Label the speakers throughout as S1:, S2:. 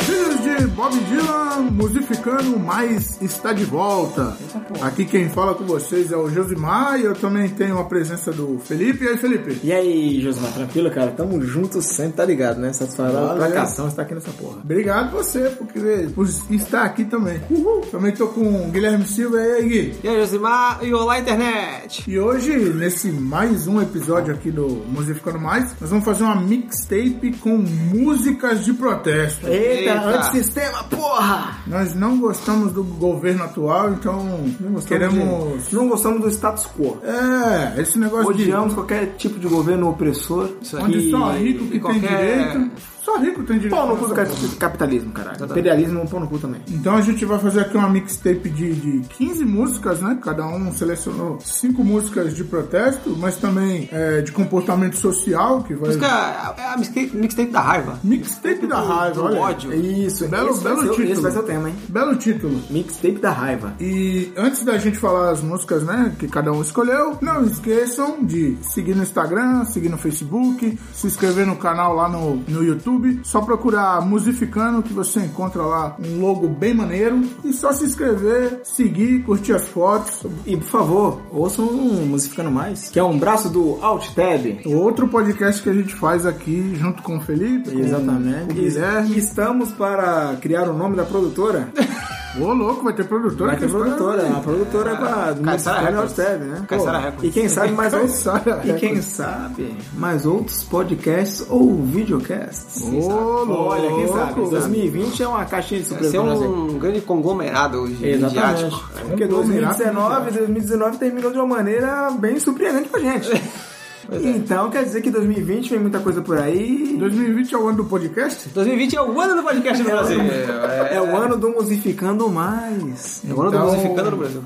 S1: Filhos de Bob Dylan, musificando, mas está de volta. Aqui quem fala com vocês é o Josimar e eu também tenho a presença do Felipe. E aí, Felipe?
S2: E aí, Josimar, tranquilo, cara? Tamo junto sempre, tá ligado, né? Satisfarão,
S1: Valeu.
S2: fracação está tá aqui nessa porra.
S1: Obrigado você por, querer- por estar aqui também. Uhul. Também tô com o Guilherme Silva. E aí, Gui?
S3: E aí, Josimar, e olá, internet!
S1: E hoje, nesse mais um episódio aqui do Musificando Mais, nós vamos fazer uma mixtape com músicas de protesto.
S2: Eita,
S3: Eita.
S2: antissistema, porra!
S1: Nós não gostamos do governo atual, então queremos.
S2: Não gostamos do status quo.
S1: É, esse negócio
S2: Odiamos qualquer tipo de governo opressor.
S1: de. Onde só rico que
S3: e qualquer-
S1: tem direito. Só rico tem direito.
S2: Pau no cu do
S1: Nossa,
S2: ca-
S1: porra.
S2: capitalismo, caralho. Imperialismo, é um pau no cu também.
S1: Então a gente vai fazer aqui uma mixtape de, de 15 músicas, né? Cada um selecionou cinco músicas de protesto, mas também é, de comportamento social, que vai.
S3: Música é a mixtape mixtape da raiva.
S1: Mixtape da
S3: do-
S1: raiva,
S3: do
S1: olha.
S3: ódio.
S2: Isso,
S1: Belo-
S2: esse vai
S1: belo
S2: ser o-
S1: título.
S2: Esse vai ser o tema, hein?
S1: Belo título.
S2: Mixtape da raiva.
S1: E antes da gente falar as músicas, né, que cada um escolheu, não esqueçam de seguir no Instagram, seguir no Facebook, se inscrever no canal lá no, no YouTube. Só procurar Musificando que você encontra lá um logo bem maneiro. E só se inscrever, seguir, curtir as fotos.
S2: E por favor, ouçam um Musificando Mais, que é um braço do Alt Tab.
S1: Outro podcast que a gente faz aqui junto com o Felipe, com
S2: Exatamente.
S1: o Guilherme.
S2: E Estamos para criar o nome da produtora.
S1: Ô, louco, vai ter produtora
S2: Vai
S1: que
S2: ter produtora,
S1: história-
S2: a produtora é pra do Musificando
S3: Records.
S2: Alt Tab, né?
S3: Caissara
S2: Pô,
S3: Records.
S2: E quem sabe mais outros.
S1: Caissara
S2: E quem
S1: Records.
S2: sabe mais outros podcasts ou videocasts.
S1: Ô, louco.
S2: Olha, quem sabe? 2020 é uma caixinha de
S3: Vai ser
S2: surpresa pra nós aí.
S3: um grande conglomerado de
S2: Exatamente.
S3: midiático.
S2: Porque 2019, 2019 terminou de uma maneira bem surpreendente pra gente. Então quer dizer que 2020 vem muita coisa por aí.
S1: 2020 é o ano do podcast?
S3: 2020 é o ano do podcast no Brasil.
S2: É o ano do Musificando Mais.
S3: É o ano do
S1: Então-
S3: musificando no Brasil.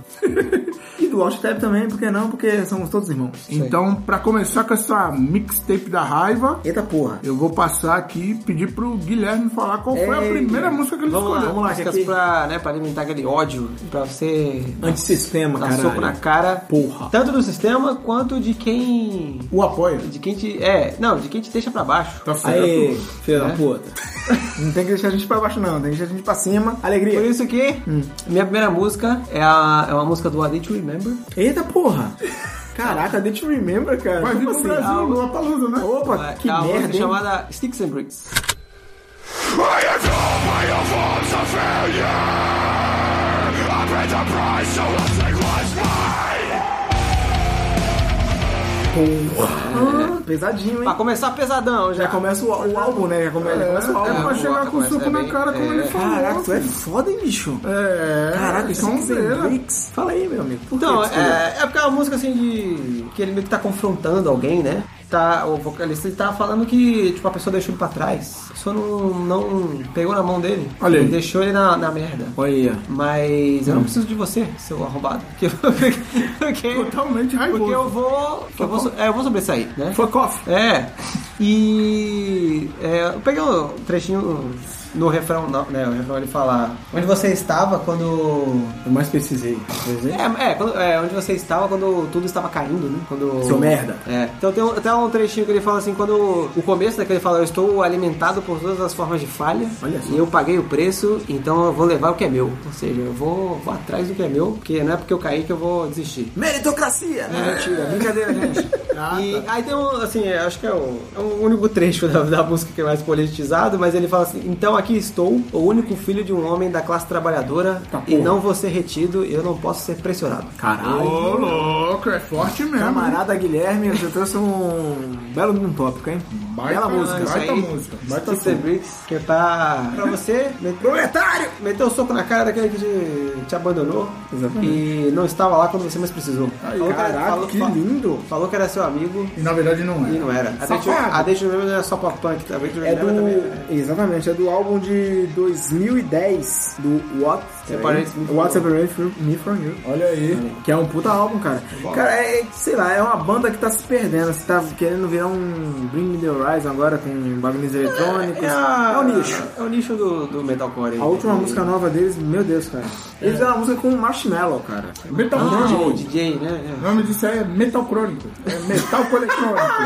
S2: E do Outstep também, por que não? Porque somos todos irmãos.
S1: Então, pra começar com essa mixtape da raiva,
S2: Eita porra.
S1: eu vou passar aqui e pedir pro Guilherme falar qual foi a
S2: Ei,
S1: primeira música que ele
S3: Vamos lá,
S1: escolheu.
S3: vamos lá.
S2: que
S3: Músicas
S2: aqui-
S3: pra, né, pra alimentar aquele ódio, pra você
S2: Antissistema,
S3: dar soco na
S2: cara.
S3: cara.
S2: Porra.
S3: Tanto do sistema quanto de quem...
S1: O apoio.
S3: De quem te... É, não, de quem te deixa pra baixo. né?
S1: Tá certo.
S2: Aê, filho da puta. É? Não tem que deixar a gente pra baixo, não. Tem que deixar a gente pra cima.
S3: Por
S2: Alegria.
S3: isso que
S2: Hum.
S3: minha primeira música é, a, é uma música do A Day to Remember.
S2: Eita porra. Caraca, deixa eu remember, cara.
S1: Vai vir
S2: Como
S1: pro
S2: assim?
S1: Brasil,
S2: Ah,
S1: Lula Palusa, né?
S2: Opa,
S3: É,
S2: que
S3: é uma
S2: merda,
S3: música
S2: hein?
S3: chamada Sticks and Bricks.
S2: Ah, pesadinho,
S3: Pra
S2: hein?
S3: começar pesadão já.
S2: Já começa o, o álbum, né? Já come- já começa, o
S1: É,
S2: álbum.
S1: pra
S3: é,
S1: chegar
S3: é,
S1: com o
S3: é,
S1: soco
S3: é
S1: na
S3: bem-
S1: cara, como
S3: é.
S1: ele falou.
S2: Caraca, tu é foda, hein, bicho?
S1: É.
S2: Caraca, isso é um
S1: sonzeira.
S2: Bricks. Fala aí, meu amigo. Por
S3: Então,
S2: que que tu escolheu?
S3: é, é porque é uma música assim de. que ele meio que tá confrontando alguém, né? Tá, o vocalista ele tá falando que tipo, a pessoa deixou ele pra trás. A pessoa não, não pegou na mão dele.
S1: Olha aí. Hum.
S3: Ele deixou ele na, na merda.
S2: Olha aí, ó.
S3: Mas eu não preciso de você, seu arrombado. Porque, porque,
S1: Totalmente raivoso.
S3: porque eu vou. Eu vou, so- é, eu vou sobressair, né?
S2: Fuck off.
S3: É. E é, eu peguei um trechinho no refrão, não, né? O refrão ele fala. Onde você estava quando.
S2: Eu mais precisei. Precisei?
S3: É, é, quando- é, onde você estava quando tudo estava caindo, né? Quando...
S2: Seu merda.
S3: É. Então tem um, até um trechinho que ele fala assim, quando. O começo daquele fala, eu estou alimentado por todas as formas de falha.
S2: Olha só.
S3: E eu paguei o preço, então eu vou levar o que é meu. Ou seja, eu vou, vou atrás do que é meu, porque não é porque eu caí que eu vou desistir.
S2: Meritocracia! Não, mentira. É Brincadeira, gente. Ah, tá.
S3: E aí tem um, assim, é, acho que é o, é o único trecho da, da música que é mais politizado, mas ele fala assim: então aqui estou, o único filho de um homem da classe trabalhadora,
S2: Tá,
S3: e
S2: porra.
S3: não vou ser retido, eu não posso ser pressionado.
S1: Ô,
S2: Caralho.
S1: louco, é forte mesmo.
S2: Camarada Guilherme, você trouxe um belo num tópico, hein?
S1: Baita
S2: Bela música.
S1: música, baita
S3: aí.
S1: música. Baita
S3: Six and
S1: música.
S3: Bricks, que é pra, pra você met-
S2: Proletário!
S3: meter o soco na cara daquele que te, te abandonou
S2: Exatamente.
S3: e não estava lá quando você mais precisou. Falou que era-
S2: Caraca,
S3: falou-
S2: que
S3: fa-
S2: lindo.
S3: Falou que era seu amigo
S1: E na verdade não é.
S3: e não era. A Deixa
S2: Safado.
S3: a Deixa Remember não é só pop punk, tá? A Deixa
S2: É
S3: Remember também
S2: do. Exatamente, é do álbum de 2010, do What
S3: Separate Me From
S2: What Separates Me From You.
S1: Olha aí.
S2: Que é um puta álbum, cara. Cara, é, é- sei lá, é uma banda que tá se perdendo. Você tá querendo virar um Bring Me The Horizon agora com bagulhos eletrônicos.
S3: É, a-
S2: É o nicho.
S3: É o nicho do, do metalcore.
S2: A última música nova deles, meu Deus, cara. Eles fizeram uma música com Marshmallow, cara.
S1: Metal
S3: Ah, o
S1: Chronicle.
S3: DJ, né?
S1: O nome disso aí é Metal Crônico. É Metal Coletrônico.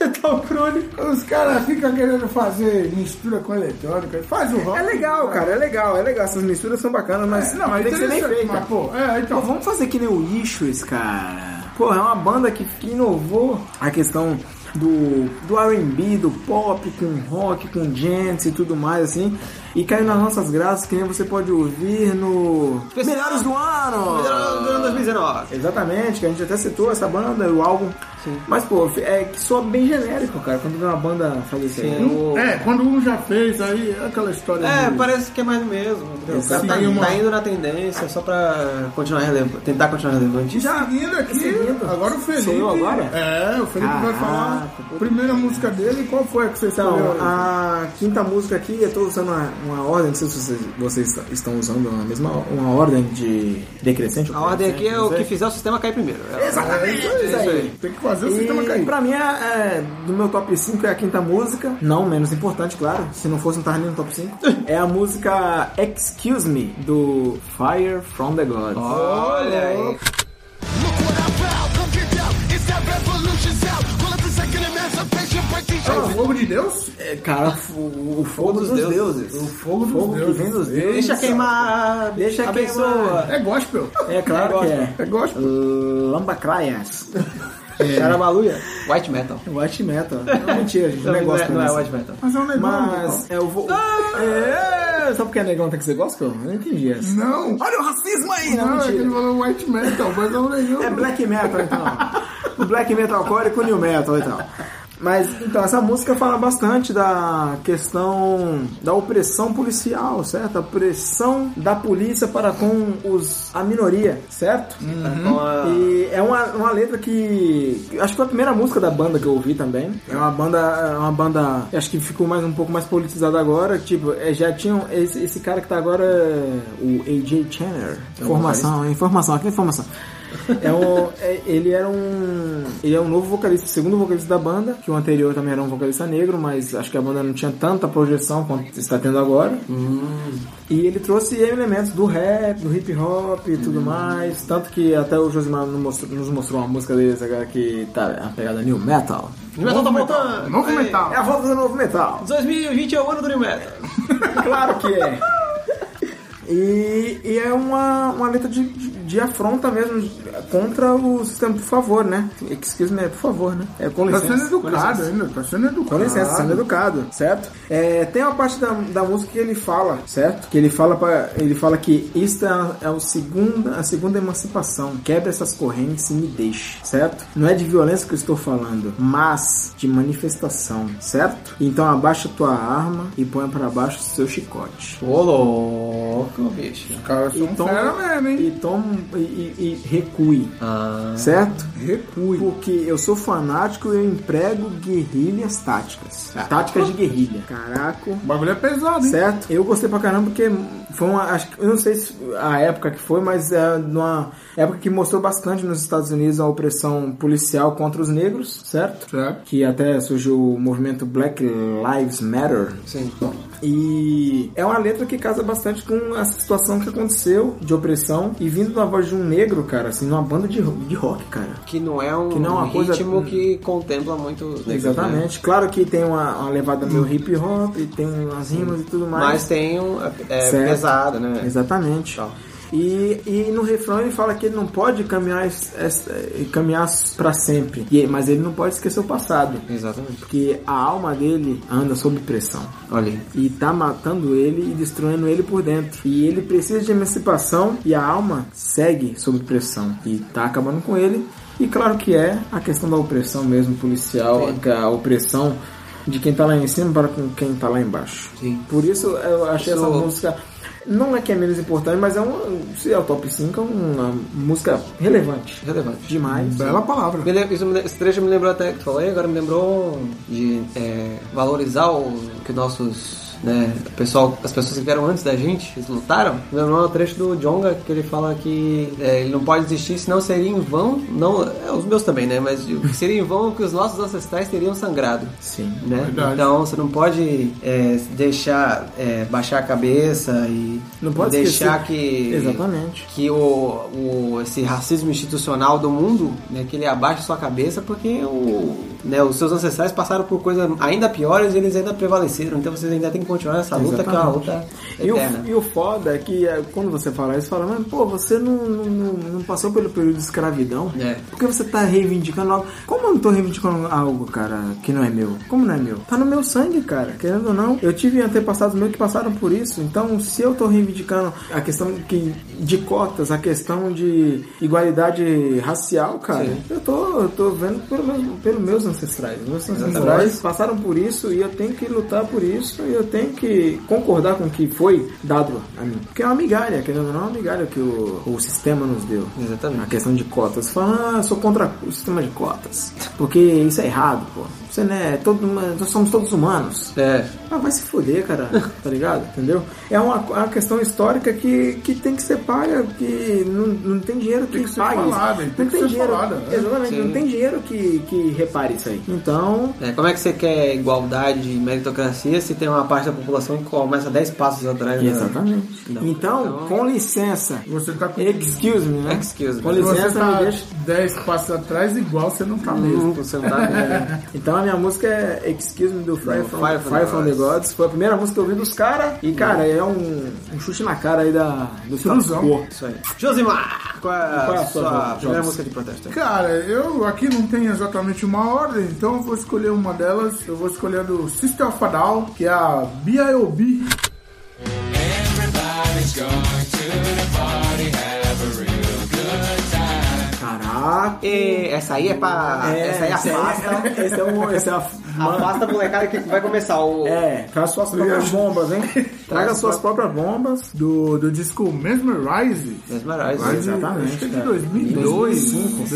S3: Metal crônico.
S1: Os caras ficam querendo fazer mistura com eletrônica. Faz o rock.
S2: É legal, cara, é legal, é legal. Essas misturas são bacanas, mas
S1: É, Não, mas
S2: tem que ser bem
S1: interessante,
S2: feita.
S1: mas, pô, é, então.
S2: Pô, vamos fazer que nem o Issues, cara. Pô, é uma banda que, que inovou a questão do, do R&B, do pop, com rock, com jazz e tudo mais, assim. E caiu nas nossas graças, que nem você pode ouvir no... Melhores do Ano!
S1: Ah.
S3: Durante 2019.
S2: Exatamente, que a gente até citou essa banda, o álbum. Mas, pô, é que soa bem genérico, cara, quando vê uma banda fazer isso aí.
S3: É, o-
S1: É, quando um já fez, aí é aquela história.
S3: É,
S1: de-
S3: parece que é mais do mesmo. entendeu? O cara tá,
S1: Sim, uma-
S3: tá indo na tendência só pra continuar relevante, tentar continuar relevante.
S1: Seguindo aqui,
S2: Seguindo.
S1: agora o Felipe.
S2: Sou eu agora?
S1: É, o Felipe vai
S2: Caraca,
S1: falar a primeira música dele. Qual foi a que vocês
S2: Então,
S1: escolheram?
S2: a quinta música aqui, eu tô usando uma, uma ordem, não sei se vocês, vocês estão usando a mesma uma ordem de decrescente. ou
S3: A ordem aqui
S2: crescente,
S3: é
S2: não
S3: o
S2: sei.
S3: que fizer o sistema cair primeiro.
S2: Exatamente, é isso aí.
S1: Tem que fazer o sistema
S2: E
S1: cair.
S2: pra mim, é, é, do meu top 5 é a quinta música, não menos importante, claro. Se não fosse, não tava nem no top 5. É a música Excuse Me, do Fire From The Gods.
S3: Olha aí.
S4: Look what I found, come get down. It's that revolution sound. Call it the second emancipation, break the chains.
S1: Pelo amor de Deus?
S2: É, cara, o, o fogo dos, deuses.
S1: O fogo dos
S2: fogo que
S1: deuses.
S2: vem dos é deuses.
S3: Deixa queimar
S2: Deixa
S3: a
S2: queimar.
S3: pessoa.
S1: É gospel.
S2: É claro que é.
S1: É gospel.
S2: Lambacraias. é.
S3: Carabaluia. White metal.
S2: White metal. Não, mentira, gente. Não, é
S3: Não,
S2: gospel.
S3: não é
S2: mesmo.
S3: white metal. Ah!
S1: Mas é um negócio.
S2: Mas eu vou. É, só porque é negão tem que ser gospel? Eu não entendi essa.
S1: Não,
S2: Olha o racismo aí!
S1: não,
S2: Não,
S1: é que ele
S2: mentira.
S1: falou white metal, mas é um negão.
S2: É black metal então. o black metal core com new metal e tal. Mas então, essa música fala bastante da questão da opressão policial, certo? A pressão da polícia para com os, a minoria, certo?
S3: Com a-
S2: E é uma, uma letra que. Acho que foi a primeira música da banda que eu ouvi também. É uma banda. é Uma banda. Acho que ficou mais um pouco mais politizada agora. Tipo, é, já tinham. Esse, esse cara que tá agora é o AJ Channer. Informação, hein? informação, aqui é informação. um É um, é- ele era um. Ele é um novo vocalista, segundo vocalista da banda, que o anterior também era um vocalista negro, mas acho que a banda não tinha tanta projeção quanto está tendo agora. E ele trouxe elementos do rap, do hip hop e tudo mais. Tanto que até o Josimar nos mostrou, nos mostrou uma música deles agora que tá a pegada new metal.
S3: New metal tá voltando.
S1: Novo
S3: Ei,
S1: metal. Tá
S2: É a volta do novo metal.
S3: 2020 é o ano do new metal.
S2: Claro que é. E, e é uma, uma letra de, de, de afronta mesmo contra o sistema, por favor, né? Excuse me, por favor, né? É com
S1: Tá
S2: licença.
S1: sendo
S2: com
S1: educado
S2: licença.
S1: ainda, tá sendo educado.
S2: Com licença, sendo educado, certo? É, tem uma parte da, da música que ele fala, certo? Que ele fala para ele fala que isto é, é o segunda, a segunda emancipação. Quebra essas correntes e me deixe, certo? Não é de violência que eu estou falando, mas de manifestação, certo? Então abaixa tua arma e põe para baixo seu chicote.
S3: Ô, louco, bicho.
S1: Os caras são
S2: Então-
S1: fera é mesmo, hein?
S2: E toma e, e- e recue, certo?
S1: Recue.
S2: Porque eu sou fanático e eu emprego guerrilhas táticas. Táticas de guerrilha. Caraca.
S1: O bagulho é pesado, hein?
S2: Certo? Eu gostei pra caramba porque foi uma. Acho, que- eu não sei se a época que foi, mas é uma época que mostrou bastante nos Estados Unidos a opressão policial contra os negros, certo?
S1: Certo.
S2: Que até surgiu o movimento Black Lives Matter.
S3: Sim.
S2: E é uma letra que casa bastante com a situação que aconteceu de opressão e vindo da voz de um negro, cara, assim, numa banda de, de rock, cara.
S3: Que não é um
S2: Que não é uma coisa-
S3: ritmo que contempla muito os negros, né?
S2: Exatamente. Claro que tem uma, uma levada meio hip hop, e tem umas rimas e tudo mais.
S3: Mas tem um. É
S2: Certo.
S3: pesado, né?
S2: Exatamente.
S3: Tá.
S2: E, e no refrão ele fala que ele não pode caminhar, es- es- eh, caminhar para sempre, E- mas ele não pode esquecer o passado,
S3: Exatamente.
S2: porque a alma dele anda sob pressão
S3: Olha aí.
S2: e tá matando ele e destruindo ele por dentro. E ele precisa de emancipação e a alma segue sob pressão e tá acabando com ele. E claro que é a questão da opressão mesmo policial, a a opressão de quem tá lá em cima para com quem tá lá embaixo.
S3: Sim.
S2: Por isso eu achei
S3: Isso-
S2: essa música não é que é menos importante, mas é um. Se é o top 5, é uma música relevante.
S3: Relevante.
S2: Demais.
S1: Bela palavra.
S3: Me lem- isso me- Esse trecho me lembrou até que tu falou, aí, agora me lembrou de é, valorizar o que nossos. Né, o pessoal, as pessoas que vieram antes da gente, eles lutaram. Me lembrou o trecho do Jonga que ele fala que é, ele não pode desistir, senão seria em vão. Não, é, os meus também, né? Mas o que seria em vão é que os nossos ancestrais teriam sangrado.
S2: Sim.
S3: Né?
S1: Verdade.
S3: Então você não pode é, deixar é, baixar a cabeça e
S2: Não pode
S3: deixar
S2: esquecer.
S3: que
S2: Exatamente.
S3: que o, o- esse racismo institucional do mundo, né, que ele abaixa sua cabeça porque o, né, os seus ancestrais passaram por coisas ainda piores e eles ainda prevaleceram. Então vocês ainda têm que continuar essa luta que é uma luta
S2: E o,
S3: eterna.
S2: e o foda é que é, quando você fala isso, fala, mas pô, você não, não, não- não passou pelo período de escravidão?
S3: É.
S2: Por que você tá reivindicando algo? Como eu não tô reivindicando algo, cara, que não é meu? Como não é meu? Tá no meu sangue, cara, querendo ou não. Eu tive antepassados meus que passaram por isso. Então, se eu tô reivindicando a questão que, de cotas, a questão de igualdade racial, cara,
S3: Sim.
S2: eu tô, eu tô vendo pelos meu, pelo meus ancestrais. Meus ancestrais
S3: Exatamente.
S2: passaram por isso e eu tenho que lutar por isso e eu tenho que concordar com o que foi dado a mim. Porque é uma migalha, querendo ou não, é uma migalha que o, o sistema nos deu. A
S3: Exatamente.
S2: questão de cotas. Você fala, ah, eu sou contra o sistema de cotas. Porque isso é errado, pô. Você não é todo, nós somos todos humanos.
S3: É,
S2: Ah, vai se foder, cara, tá ligado? Entendeu? É uma, uma questão histórica que, que tem que ser paga, que não, não tem dinheiro que,
S1: Tem que ser
S2: pague. isso.
S1: falada, tem
S2: não
S1: que ser
S2: dinheiro,
S1: falada, né?
S2: Exatamente,
S3: Sim.
S2: não tem dinheiro que, que repare isso aí. Então,
S3: é, como é que você quer igualdade e meritocracia se tem uma parte da população que começa 10 passos atrás? né?
S2: Exatamente.
S3: Não.
S2: Então,
S3: Então-
S2: com licença.
S1: Você tá com.
S2: Excuse me, né?
S3: Excuse me.
S2: Com
S1: Se você
S2: licença,
S1: tá
S2: me deixa. Uhum.
S1: 10 passos atrás, igual você não tá mesmo.
S3: Hum, você não tá vendo?
S2: Então a minha música é Excuse Me do Fire,
S3: Do
S2: from,
S3: Fire
S2: Fire,
S3: from
S2: from, the
S3: the Gods. Hum.
S2: Gods. Foi a primeira música que eu vi dos caras. E, cara, é um, um chute na cara aí da, do status
S1: Ilusão.
S2: quo.
S3: Isso aí. Josimar, qual é a,
S2: Qual é a
S3: sua,
S2: sua, Jonas?
S3: primeira música de protesto?
S1: Cara, eu aqui não tem exatamente uma ordem, então eu vou escolher uma delas. Eu vou escolher a do Sister of a Down, que é a B.I.O.B.
S2: Caraca.
S3: E essa aí é pra. essa aí é a
S2: esse
S3: pasta.
S2: é- Esse é o. Esse é a.
S3: A pasta molecada que vai começar o.
S2: É, traz suas próprias bombas, hein? Traga suas próprias bombas.
S1: do, do disco Mesmerize.
S3: Mesmerize,
S1: Mesmerize,
S2: exatamente,
S1: Acho que é de
S2: cara.
S1: 2002.
S2: 2005.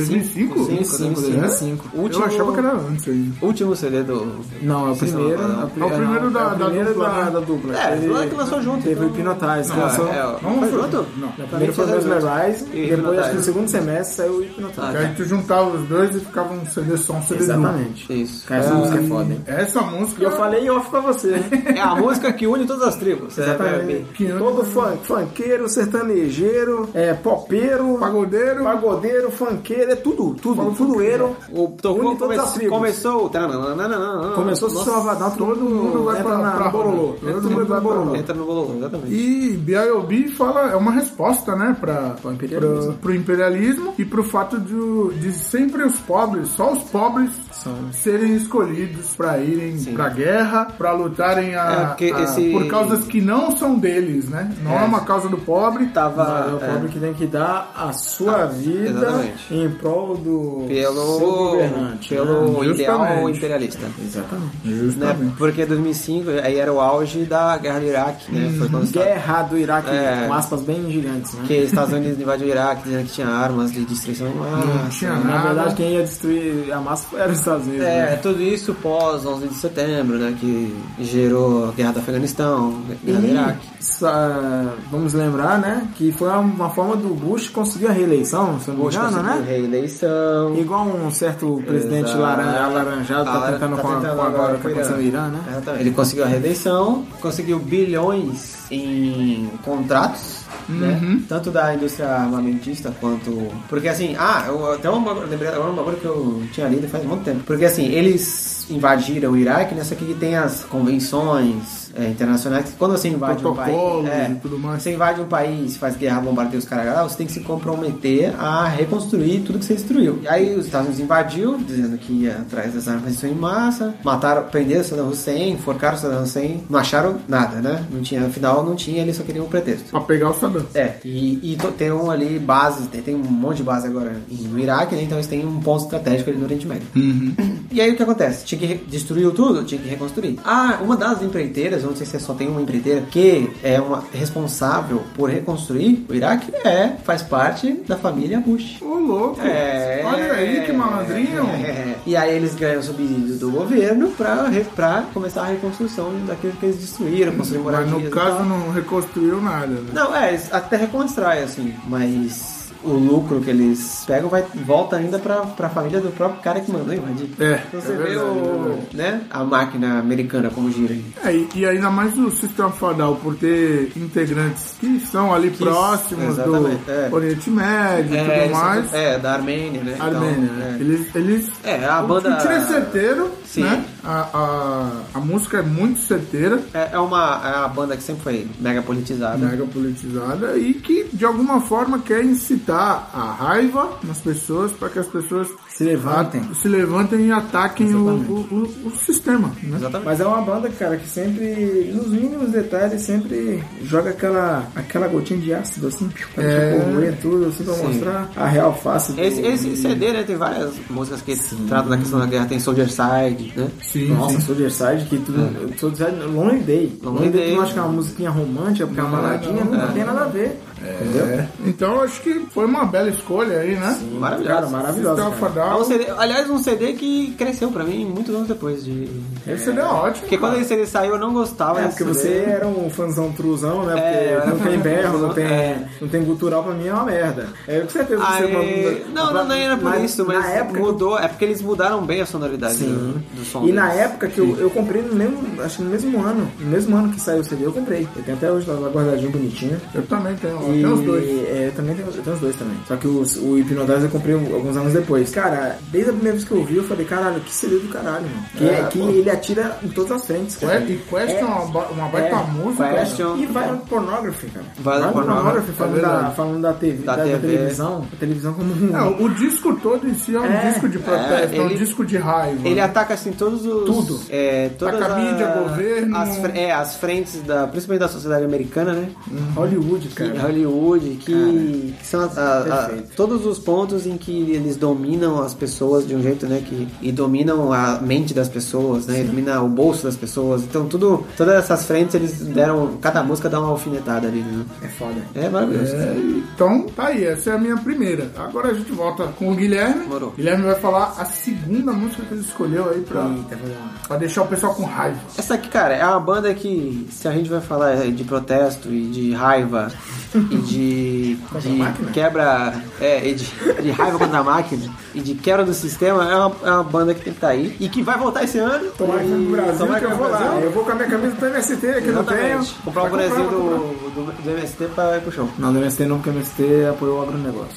S1: 2005?
S3: Sim,
S2: Cinco,
S3: sim,
S1: né?
S3: sim.
S2: cinco.
S1: Eu
S3: Último,
S1: achava que era antes ainda.
S3: último CD do.
S2: Não, é o primeiro.
S3: não, não.
S2: a pri-
S1: É o primeiro
S2: não,
S1: da-
S2: é o
S1: da
S2: primeiro
S1: dupla,
S2: da-
S1: né?
S2: da dupla.
S3: É,
S2: Teve-
S3: lá que lançou junto,
S2: Teve o
S3: então-
S2: Hipnotize.
S3: Não,
S2: lançou-
S3: é, é,
S1: Vamos
S3: foi
S1: fazer-
S3: junto?
S1: Não.
S2: Primeiro foi o Mesmerize, depois
S3: E
S2: acho que
S3: Hipnotize.
S2: no segundo semestre saiu o Hipnotize.
S3: Ah,
S1: Que aí tu juntava os dois e ficava um CD só, um CD duplo.
S2: Exatamente.
S3: Isso. Ah,
S2: Cara, essa música é foda, hein?
S1: Essa música...
S2: E eu falei off pra você, hein?
S3: É a música que une todas as tribos. É,
S2: Exatamente.
S1: Que ano-
S2: Todo funk, funkeiro, sertanejeiro, é, popeiro,
S1: Pagodeiro.
S2: pagodeiro, funkeiro, é tudo, tudo, tudoeiro.
S3: O tocou
S2: Une todas as
S3: come,
S2: tribos.
S3: começou. Tananana,
S2: Começou a se
S3: Nossa,
S2: salvadar, todo mundo vai
S1: entra
S2: pra,
S1: na
S2: na Borolô.
S1: Borolô.
S2: Todo mundo vai pra Borolô.
S3: Entra no bololô, exatamente.
S1: E B.I.O.B. fala, é uma resposta, né, para o
S2: imperialismo.
S1: imperialismo e pro fato de, de sempre os pobres, só os pobres
S2: São.
S1: serem escolhidos pra irem pra guerra, pra lutarem a,
S3: É, porque
S1: a-
S3: esse-
S1: por causas que não são deles, né? Não é, uma causa do pobre.
S3: Tava.
S2: É o
S3: é, Ah,
S2: pobre que tem que dar a sua vida
S3: exatamente.
S2: em prol do seu
S3: pelo
S2: governante. né?
S3: pelo
S1: né?
S3: ideal
S1: Justamente.
S3: imperialista.
S2: Exatamente.
S3: Né?
S1: Justamente.
S3: Porque 2005 aí era o auge da guerra do Iraque, né? Foi quando os Estados-
S2: Guerra do Iraque,
S3: É.
S2: com aspas bem gigantes, né?
S3: que os Estados Unidos invadiram o Iraque dizendo que tinha armas de destruição Ah, de
S1: Não
S3: massa.
S1: tinha
S2: Na
S1: nada.
S2: verdade, quem ia destruir a massa era os Estados Unidos.
S3: É,
S2: né?
S3: tudo isso pós 11 de setembro, né? Que gerou a guerra do Afeganistão, a guerra do É Iraque.
S2: E, sa- vamos lembrar, né? Que foi uma- uma forma do Bush conseguir a reeleição, se eu não me
S3: Bush
S2: engano,
S3: conseguiu
S2: né?
S3: reeleição.
S2: Igual um certo presidente
S3: Exato.
S2: laranja, alaranjado tá
S3: Alaran-
S2: tentando
S3: tá
S2: com, a-
S3: tentando
S2: com agora
S3: agora
S2: com a
S3: com o
S2: questão do
S3: Irã.
S2: Irã, né?
S3: Exatamente. Ele conseguiu a redenção, conseguiu bilhões em contratos, né? Tanto da indústria armamentista quanto. Porque assim, ah, eu até uma, lembrei agora uma coisa que eu tinha lido faz muito tempo. Porque assim, eles invadiram o Iraque, nessa aqui que tem as convenções é, internacionais, que quando você invade um país.
S1: Protocolos
S3: é,
S1: e tudo mais.
S3: Você invade um país, faz guerra, bombardeia os caras lá, você tem que se comprometer a reconstruir tudo que você destruiu. E aí os Estados Unidos invadiu, dizendo que ia atrás das armas de destruição em massa, mataram, prenderam Saddam Hussein, enforcaram Saddam Hussein, não acharam nada, né? Não tinha, afinal não tinha, eles só queriam um pretexto.
S1: Pra pegar o Saddam.
S3: É, e, e to- tem um ali bases, tem, tem um monte de base agora em- no Iraque, né? Então eles têm um ponto estratégico ali no Oriente
S1: Uhum.
S3: Médio. E aí o que acontece? Tinha que re- destruiu tudo, tinha que reconstruir. Ah, uma das empreiteiras eu não sei se é só tem uma empreiteira, que é uma responsável por reconstruir o Iraque, é, faz parte da família Bush.
S1: Ô, louco.
S3: É.
S1: Olha aí que malandrinho.
S3: É. E aí eles ganham subsídio do governo pra, re- pra começar a reconstrução daquilo que eles destruíram, construir
S1: Mas
S3: moradias.
S1: no
S3: e
S1: caso
S3: tal.
S1: não reconstruiu nada, né?
S3: Não, é, eles até reconstrói, assim, mas o lucro que eles pegam vai, volta ainda pra, pra família do próprio cara que mandou invadir.
S1: É,
S3: Então você
S1: é
S3: vê
S1: verdade, é
S3: o,
S1: verdade.
S3: né, a máquina americana como gira aí.
S1: É, e- e ainda mais o sistema fadal por ter integrantes que são ali próximos
S3: exatamente,
S1: do
S3: é.
S1: Oriente Médio e
S3: eles
S1: tudo
S3: são-
S1: mais.
S3: é, da Armênia, né?
S1: Armênia,
S3: Então,
S1: né?
S3: é.
S1: Eles, eles
S3: É, a
S1: o-
S3: banda-
S1: O tiro é certeiro,
S3: Sim.
S1: né? A, a, a música é muito certeira,
S3: É, é uma, é uma banda que sempre foi mega politizada.
S1: mega politizada e que de alguma forma quer incitar a raiva nas pessoas para que as pessoas
S2: Se levantem.
S1: se levantem e ataquem o, o, o- o sistema, né?
S3: Exatamente.
S2: Mas é uma banda, cara, que sempre, nos mínimos detalhes, sempre joga aquela, aquela gotinha de ácido, assim, pra
S1: É.
S2: é... correr tudo, assim, pra mostrar a real face do...
S3: Esse, esse CD, né, tem várias músicas que tratam da questão da guerra. Tem Soldier Side, né?
S1: Sim,
S2: Nossa,
S1: sim.
S2: Soldier Side, que tudo.
S3: É.
S2: Soldier Side, Lonely Day.
S3: Lonely
S2: Lonely Day,
S3: Day.
S2: tu não acha que é uma musiquinha romântica, porque é uma
S1: Não,
S2: baladinha,
S1: não,
S2: não,
S3: não.
S2: tem nada a ver. Entendeu?
S1: É. Então acho que foi uma bela escolha aí, né?
S3: Maravilhoso.
S2: Cara, maravilhosa.
S1: Sistema
S2: cara.
S3: É
S1: Fadal.
S3: um CD, aliás, um CD que cresceu pra mim muitos anos depois de.
S1: Esse CD é ótimo.
S3: Porque quando esse CD saiu eu não gostava
S2: É,
S3: desse
S2: porque você
S3: CD.
S2: era um fãzão truzão, né? Porque
S3: É, eu era
S2: não tem
S3: fãzão
S2: berro,
S3: truzão,
S2: não tem,
S3: é.
S2: não tem gutural pra mim é uma merda. É, com certeza você
S3: Aí-
S2: uma-
S3: Não, não, não era por
S2: na-
S3: isso, mas
S2: na época que
S3: mudou. É porque eles mudaram bem a sonoridade do,
S2: Sim.
S3: do som.
S2: E na
S3: deles.
S2: época que eu, eu comprei no mesmo, acho que no mesmo ano, no mesmo ano que saiu o CD, eu comprei. Eu tenho até hoje tá lá guardadinho bonitinho.
S1: Eu também tenho, ó,
S2: E,
S1: tem os dois.
S2: É, eu também tenho, eu tenho os dois também. Só que os, o Hipnodose eu comprei alguns anos depois. Cara, desde a primeira vez que eu ouvi, eu falei, caralho, que CD do caralho, mano. Que,
S1: É,
S2: é, que
S1: pô.
S2: ele atira em todas as frentes, cara.
S1: Que- E Question é uma, ba- uma baita
S2: é,
S1: música. né?
S3: Question.
S2: E Violent Pornography, cara.
S3: Violent Pornography,
S2: falando,
S1: é
S2: da,
S1: verdade.
S2: falando da, TV,
S3: Da
S2: da, da
S3: TV.
S2: televisão. A televisão como um...
S1: É, o disco todo em si é um
S2: É,
S1: disco de protesto, é, um
S3: ele-
S1: disco de raiva.
S3: Ele ataca assim todos os.
S1: Tudo.
S3: É, todas
S1: Ataca a mídia, governo.
S3: As, fre- é, as frentes, da, principalmente da sociedade americana, né?
S2: Hollywood,
S3: Que-
S2: cara.
S3: Hollywood, que, que são a- a- a-
S2: perfeito.
S3: todos os pontos em que eles dominam as pessoas de um jeito, né? Que, e dominam a mente das pessoas, né? Domina o bolso das pessoas. Então, tudo, todas essas frentes eles deram. Cada música dá uma alfinetada ali, né?
S2: É foda.
S3: É maravilhoso.
S1: É, então, tá aí, essa é a minha primeira. Agora a gente volta com o Guilherme.
S3: Demorou.
S1: Guilherme vai falar a segunda música que ele escolheu aí pra,
S3: Hum.
S2: Eita, vai lá.
S1: pra deixar o pessoal com raiva.
S3: Essa aqui, cara, é uma banda que, se a gente vai falar é de protesto e de raiva e de, de quebra. É, e de, de raiva contra a máquina e de quebra do sistema, é uma, é uma banda que tem que estar aí e que vai voltar esse ano.
S2: Tomara que vai pro Brasil,
S3: Tomara
S2: que eu vou lá. Eu vou com a minha camisa do MST, que eu não tenho.
S3: Exatamente. Comprar o
S2: Vai
S3: bonezinho
S2: comprar, vai comprar.
S3: do, do, do MST pra ir pro show.
S2: Não, do MST não, porque o MST apoiou o agronegócio.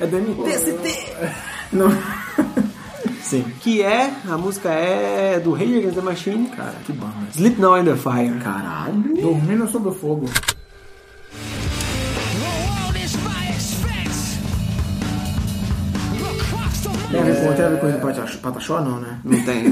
S2: é do MTST! Não. Sim.
S3: Que é, a música é do Rage Against the Machine,
S2: Cara, que banda.
S3: Sleep Now in the Fire.
S2: Caralho.
S1: Dormindo sob o fogo.
S4: The world is my expense. The clocks don't
S2: Tem a ver com, tem a ver com o Pataxó- Pataxó, não, né?
S3: Não tem,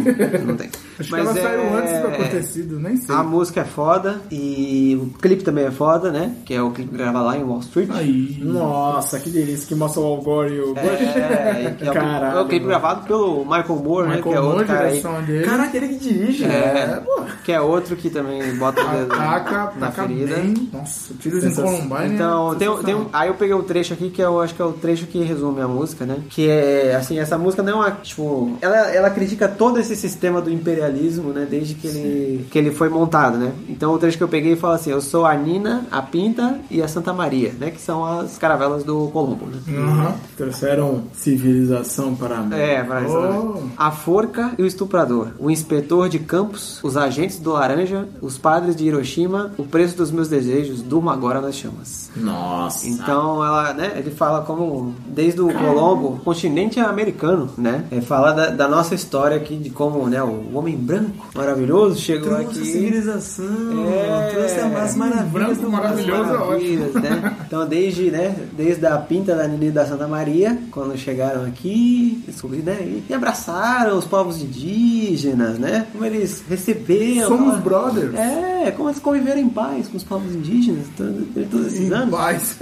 S3: não tem.
S1: Acho que
S3: é-
S1: ela saiu antes do acontecido, nem sei.
S3: A música é foda e o clipe também é foda, né? Que é o clipe gravado lá em Wall Street.
S1: Aí.
S2: Nossa, que delícia que mostra o Algore e o...
S3: É, e que é, o-
S2: Caralho,
S3: é o clipe
S2: mano.
S3: gravado pelo Michael Moore, né?
S1: Michael
S3: Que é outro
S1: Moore,
S3: cara aí.
S1: direção dele.
S2: Caraca, ele que dirige,
S3: É,
S2: né? Pô.
S3: que é outro que também bota o dedo
S1: Ataca,
S3: na
S1: ataca
S3: ferida.
S1: bem. Nossa, tiros em
S2: Sensação.
S1: Columbine.
S3: Então,
S1: né?
S3: tem, um- tem um- aí eu peguei o trecho aqui que eu acho que é o trecho que resume a música, né? Que é, assim, essa música não é uma, tipo, ela, ela critica todo esse sistema do imperialismo, né? Desde que ele, que ele foi montado, né? Então, o trecho que eu peguei fala assim: Eu sou a Nina, a Pinta e a Santa Maria, né? Que são as caravelas do Colombo, né?
S1: Aham.
S2: Trouxeram civilização para a América.
S3: É, pra isso,
S1: Oh.
S3: né? A forca e o estuprador, o inspetor de campos, os agentes do laranja, os padres de Hiroshima, o preço dos meus desejos, durma agora nas chamas.
S2: Nossa.
S3: Então ela, né, ele fala como desde o Colombo, continente é americano, né? É falar da, da nossa história aqui de como, né, o homem branco maravilhoso chegou
S2: Trouxe a
S3: aqui.
S2: civilização,
S3: É.
S2: trouxe as maravilhas
S1: Branco
S2: do
S1: maravilhoso. é
S2: mundo.
S3: Maravilhas, né? Então desde, né, desde a pinta da Nini da Santa Maria, quando chegaram aqui, descobri, né, e, e abraçaram os povos indígenas, né? Como eles receberam.
S1: Somos
S3: falaram-
S1: brothers.
S3: É, como eles conviveram em paz com os povos indígenas todo- durante todos esses
S1: Em
S3: anos.
S1: paz.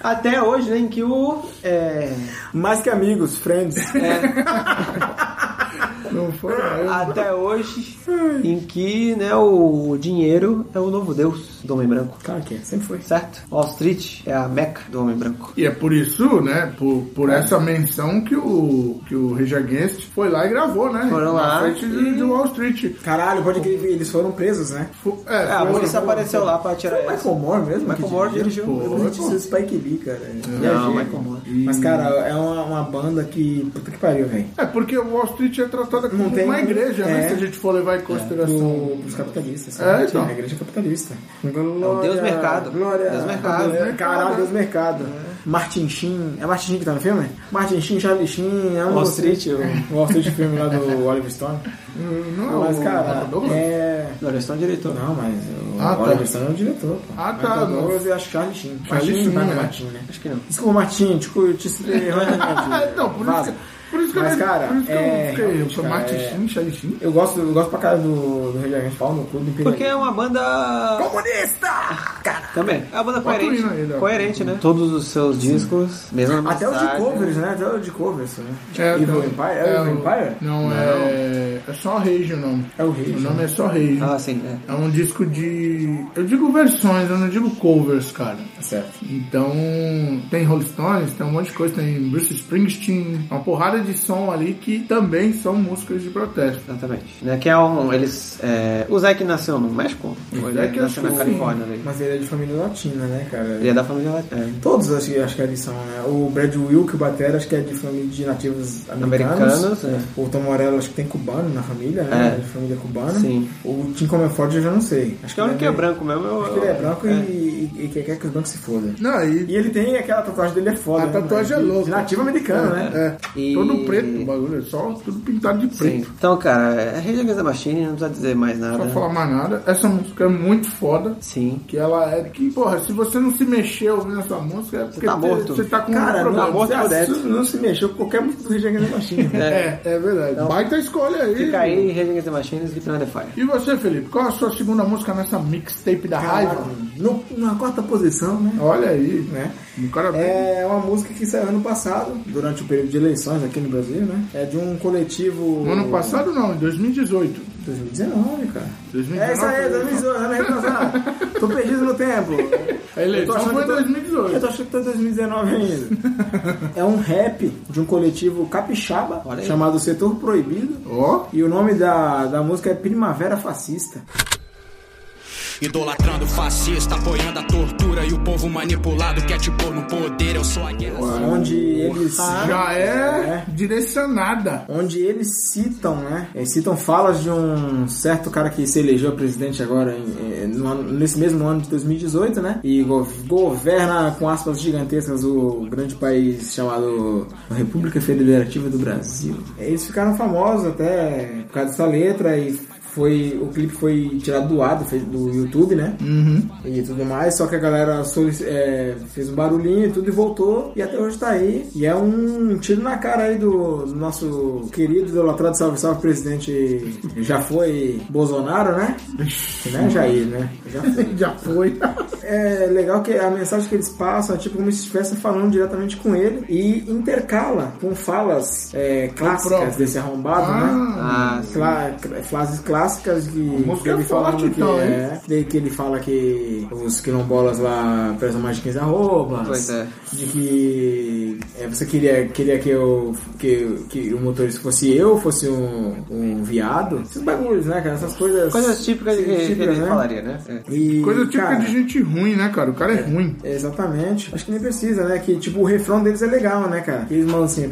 S3: Até hoje, né, em que o. é,
S2: Mais que amigos, friends.
S3: é,
S1: Não foi? Eu...
S3: Até hoje, em que né, o dinheiro é o novo deus do homem branco.
S2: Claro que é, sempre foi.
S3: Certo? Wall Street é a meca do homem branco.
S1: E é por isso, né? Por, por
S2: É.
S1: essa menção que o, que o Rage Against foi lá e gravou, né?
S3: Foram
S1: Na
S3: lá
S1: frente de, de Wall Street.
S2: Caralho, pode que eles foram presos, né?
S1: Fo-
S3: É, a
S1: foi-
S3: polícia apareceu lá pra tirar
S2: Foi o
S3: essa.
S2: Michael Moore mesmo?
S3: Michael
S2: que
S3: Moore
S2: dirigiu?
S1: dirigiu.
S2: Eu
S1: Pô,
S2: não disse Spike Lee, cara.
S3: Não,
S2: Viajei.
S3: Michael Moore.
S2: Mas, cara, é uma, uma banda que... Puta que pariu, velho.
S1: É porque Wall Street é tratada como
S2: Não tem-
S1: uma igreja, né?
S2: é.
S1: Se a gente for levar em consideração.
S2: Pro, pros capitalistas.
S1: É,
S2: sabe?
S1: então.
S2: A igreja capitalista. Glória,
S3: É Deus mercado.
S2: Glória.
S3: Deus mercado.
S2: Deus- Caralho, Deus mercado.
S1: É.
S2: Martin Sheen. É Martin Sheen que tá no filme? Martin Sheen, Charlie Sheen. É um
S3: Wall
S2: você.
S3: Street, o-
S2: O Wall Street filme lá do Oliver Stone.
S1: Não,
S2: Mas, cara,
S1: Michael Douglas?
S2: é...
S3: Não, eles estão né? diretor.
S2: Não, mas o
S1: Ah, tá.
S2: Oliver Stone é o diretor, pô.
S1: Ah,
S2: Michael
S1: tá,
S2: Douglas e acho Charlie Sheen.
S1: Charlie
S2: Martin
S1: Sheen,
S2: não é
S1: né?
S2: Martin, né?
S3: Acho que não.
S2: Desculpa, Martin, tipo, eu te citei
S1: Ah,
S2: erradamente.
S1: então, por isso
S2: Vaza.
S1: que, por isso que
S2: Mas,
S1: eu,
S2: cara,
S1: por isso que
S2: é,
S1: eu fiquei. Eu
S2: realmente,
S1: sou
S2: cara,
S1: Martin
S2: é-
S1: Sheen, Charlie Sheen.
S2: Eu gosto, eu gosto pra caralho do, do Rio de Janeiro, falo no clube
S3: Porque
S2: imperialista.
S3: é um uma banda.
S2: Comunista! Cara,
S3: Também. É uma banda
S1: Bota o
S3: coerente.
S1: hino aí, Léo.
S3: Coerente, né? Todos os seus discos, mesma
S2: até o de
S3: mensagem.
S2: covers, né? Até o de covers, né?
S1: É,
S2: Evil
S1: então,
S2: Empire? É, o
S1: o-
S2: Evil Empire?
S1: Não, é. É só Rage o nome.
S2: É o Rage,
S1: O nome é só Rage.
S3: Ah, sim, é.
S1: É um disco de. Eu digo versões, eu não digo covers, cara.
S2: Tá certo.
S1: Então, tem Rolling Stones, tem um monte de coisa, tem Bruce Springsteen, uma porrada de som ali que também são músicas de protesto.
S3: Exatamente. Né, que é um. Eles. É, o Zack nasceu no México? Ou ele
S2: é
S1: Zack,
S3: nasceu
S1: acho
S3: na
S1: que sim.
S3: Califórnia ali.
S2: Mas ele é de família latina, né, cara?
S3: Ele é da família latina. É.
S2: Todos acho, que- acho que é lição, né? O Brad Will, que o Batera, acho que é de família de nativos americanos.
S3: Americanos, é.
S2: O Tom Morello, acho que tem cubano na família, né?
S3: É.
S2: De família cubana.
S3: Sim.
S2: O Tim Comerford eu já não sei. Acho
S3: Acho que o único que é
S2: meio-
S3: branco mesmo é o.
S2: Acho que ele é branco e, e- e quer que os brancos se fodam.
S1: Não, e
S3: é
S2: E ele tem aquela tatuagem dele é foda.
S1: A
S2: né,
S1: tatuagem
S2: mano?
S1: é louca.
S2: De Nativo americano, né?
S1: é,
S3: E-
S1: todo preto o bagulho, é só tudo pintado de
S3: Sim.
S1: preto.
S3: Então, cara, é Rage Against the Machine, não precisa dizer mais
S1: Não
S3: nada.
S1: pra falar mais nada. Essa música é muito foda.
S3: Sim.
S1: Que ela é que, porra, se você não se mexer ouvindo essa música, é porque
S3: tá
S1: você-
S3: morto.
S1: Você tá com
S2: Cara,
S1: um
S2: não,
S1: problema.
S3: tá morto por
S2: se,
S3: dentro.
S2: não se mexeu com qualquer música do Rejeiga da Machine. né?
S1: É, é verdade. Baita escolha aí.
S3: então. Fica aí, Rage Against the Machine e Slipknot and the Fire.
S1: E você, Felipe, qual a sua segunda música nessa mixtape da
S2: Caralho,
S1: raiva?
S2: no- na quarta posição, né?
S1: Olha aí,
S2: né?
S1: O cara
S2: É uma música que saiu ano passado, durante o período de eleições aqui no Brasil, né? É de um coletivo.
S1: No ano passado não, em 2018.
S2: 2019, cara.
S1: 2019
S2: É isso aí,
S1: foi-
S2: 2018, ano retrasado. Tô perdido no tempo.
S1: A eleição
S2: Eu tô achando
S1: foi em
S2: que tô-
S1: 2018.
S2: Eu tô achando que tô em 2019 ainda. é um rap de um coletivo capixaba
S3: Olha aí.
S2: chamado Setor Proibido.
S1: Ó,
S2: E o nome da, da música é Primavera Fascista.
S5: Idolatrando o fascista, apoiando a tortura e o povo manipulado quer te pôr no poder. Eu sou a guerra.
S2: Onde eles.
S1: já é,
S2: É.
S1: direcionada.
S2: onde eles citam, né? Eles citam falas de um certo cara que se elegeu presidente agora em- eh, no ano- nesse mesmo ano de 2018, né? E go- governa com aspas gigantescas o grande país chamado República Federativa do Brasil. Eles ficaram famosos até por causa dessa letra e foi o clipe foi tirado do ar do, Face- do YouTube, né? E tudo mais, só que a galera solic- é, fez um barulhinho e tudo e voltou e até hoje tá aí. E é um tiro na cara aí do, do nosso querido idolatrado salve salve presidente já foi Bolsonaro, né? Que não é Jair, né? Já foi.
S1: Já foi.
S2: É legal que a mensagem que eles passam é tipo como se estivesse falando diretamente com ele e intercala com falas é, clássicas
S1: próprio.
S2: desse arrombado, né?
S3: Ah, sim.
S2: Cla- cl- frases clássicas de
S1: música
S2: que ele
S1: é forte,
S2: fala que,
S1: então,
S2: é, de que ele fala que os quilombolas lá pesam mais de 15 arrobas
S3: Pois é.
S2: de que é, você queria, queria que, eu, que, que o motorista fosse eu, fosse um, um viado. Esses bagulhos, né, cara? Essas coisas.
S3: Coisas típicas que, que
S2: típicas,
S3: ele
S2: né?
S3: falaria, né? É.
S2: E,
S1: Coisa típica
S2: cara,
S1: de gente ruim, né, cara? O cara é ruim.
S2: Exatamente. Acho que nem precisa, né? Que, tipo, o refrão deles é legal, né, cara? Eles mandam assim,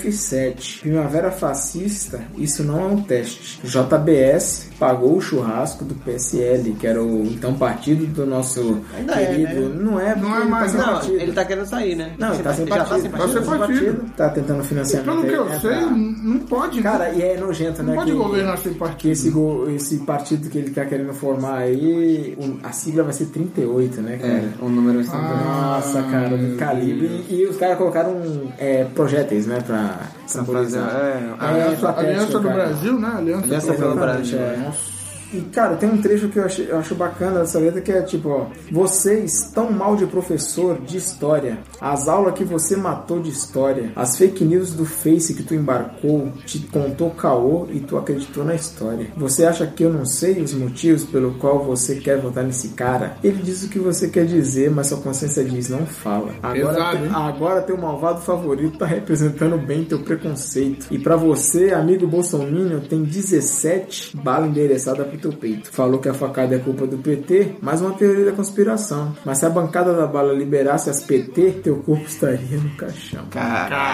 S2: BF7, Primavera Fascista, isso não é um teste. JBS pagou o churrasco do PSL, que era o então partido do nosso
S3: Ainda é,
S2: querido...
S3: né?
S2: Não é, porque
S1: Não é
S2: ele
S1: mais,
S2: tá sem
S3: Não,
S2: partido.
S3: ele tá querendo sair, né?
S2: Não, ele tá sem
S3: já tá sem
S2: partido.
S1: sem
S3: partido.
S1: partido.
S2: Tá tentando financiar.
S1: Pelo que eu
S2: né,
S1: sei,
S2: tá.
S1: n- não pode. né?
S2: Cara, e é nojento, né?
S1: não pode
S2: que-
S1: governar sem
S2: que
S1: partido.
S2: esse, go- esse partido que ele tá querendo formar aí, o- a sigla vai ser 38, né, cara?
S3: É, um número estranho.
S2: Nossa, cara, do calibre. E, e os caras colocaram é, projéteis, né, pra
S3: fazer,
S2: simbolizar.
S3: é,
S1: a aliança,
S2: patético,
S1: Aliança do
S2: cara.
S1: Brasil, né? Aliança,
S3: Aliança
S1: do
S3: pelo
S2: Exatamente,
S3: Brasil.
S2: tá é.
S1: Nossa.
S2: E, cara, tem um trecho que eu acho, eu acho bacana dessa letra que é tipo, ó. Vocês tão mal de professor de história. As aulas que você matou de história. As fake news do Face que tu embarcou. Te contou caô e tu acreditou na história. Você acha que eu não sei os motivos pelo qual você quer votar nesse cara? Ele diz o que você quer dizer, mas sua consciência diz, não fala. Agora,
S1: Pesado,
S2: tem-
S1: hein?
S2: Agora teu malvado favorito tá representando bem teu preconceito. E pra você, amigo Bolsonaro, tem 17 balas endereçadas pro teu peito. Falou que a facada é culpa do PT, mais uma teoria da conspiração. Mas se a bancada da bala liberasse as PT, teu corpo estaria no caixão.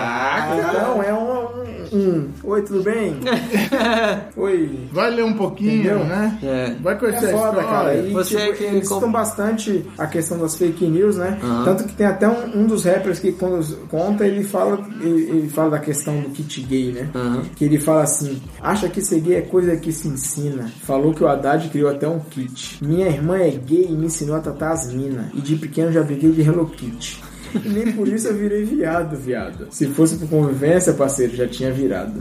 S2: Então é um. um, um. Oi, tudo bem? Oi.
S1: Vai ler um pouquinho,
S2: Entendeu?
S1: né?
S3: É.
S1: Vai
S2: É
S1: conhecer a
S2: foda,
S1: história.
S2: cara. E,
S3: Você
S2: tipo,
S3: que
S2: eles
S3: com-
S2: citam bastante a questão das fake news, né? Tanto que tem até um, um dos rappers que quando conta, ele fala, ele, ele fala da questão do kit gay, né? Que ele fala assim, acha que ser gay é coisa que se ensina. Falou que o Haddad criou até um kit. Minha irmã é gay e me ensinou a tratar as minas. E de pequeno já briguei de Hello Kitty. E nem por isso eu virei viado, viado. Se fosse por convivência, parceiro, já tinha virado.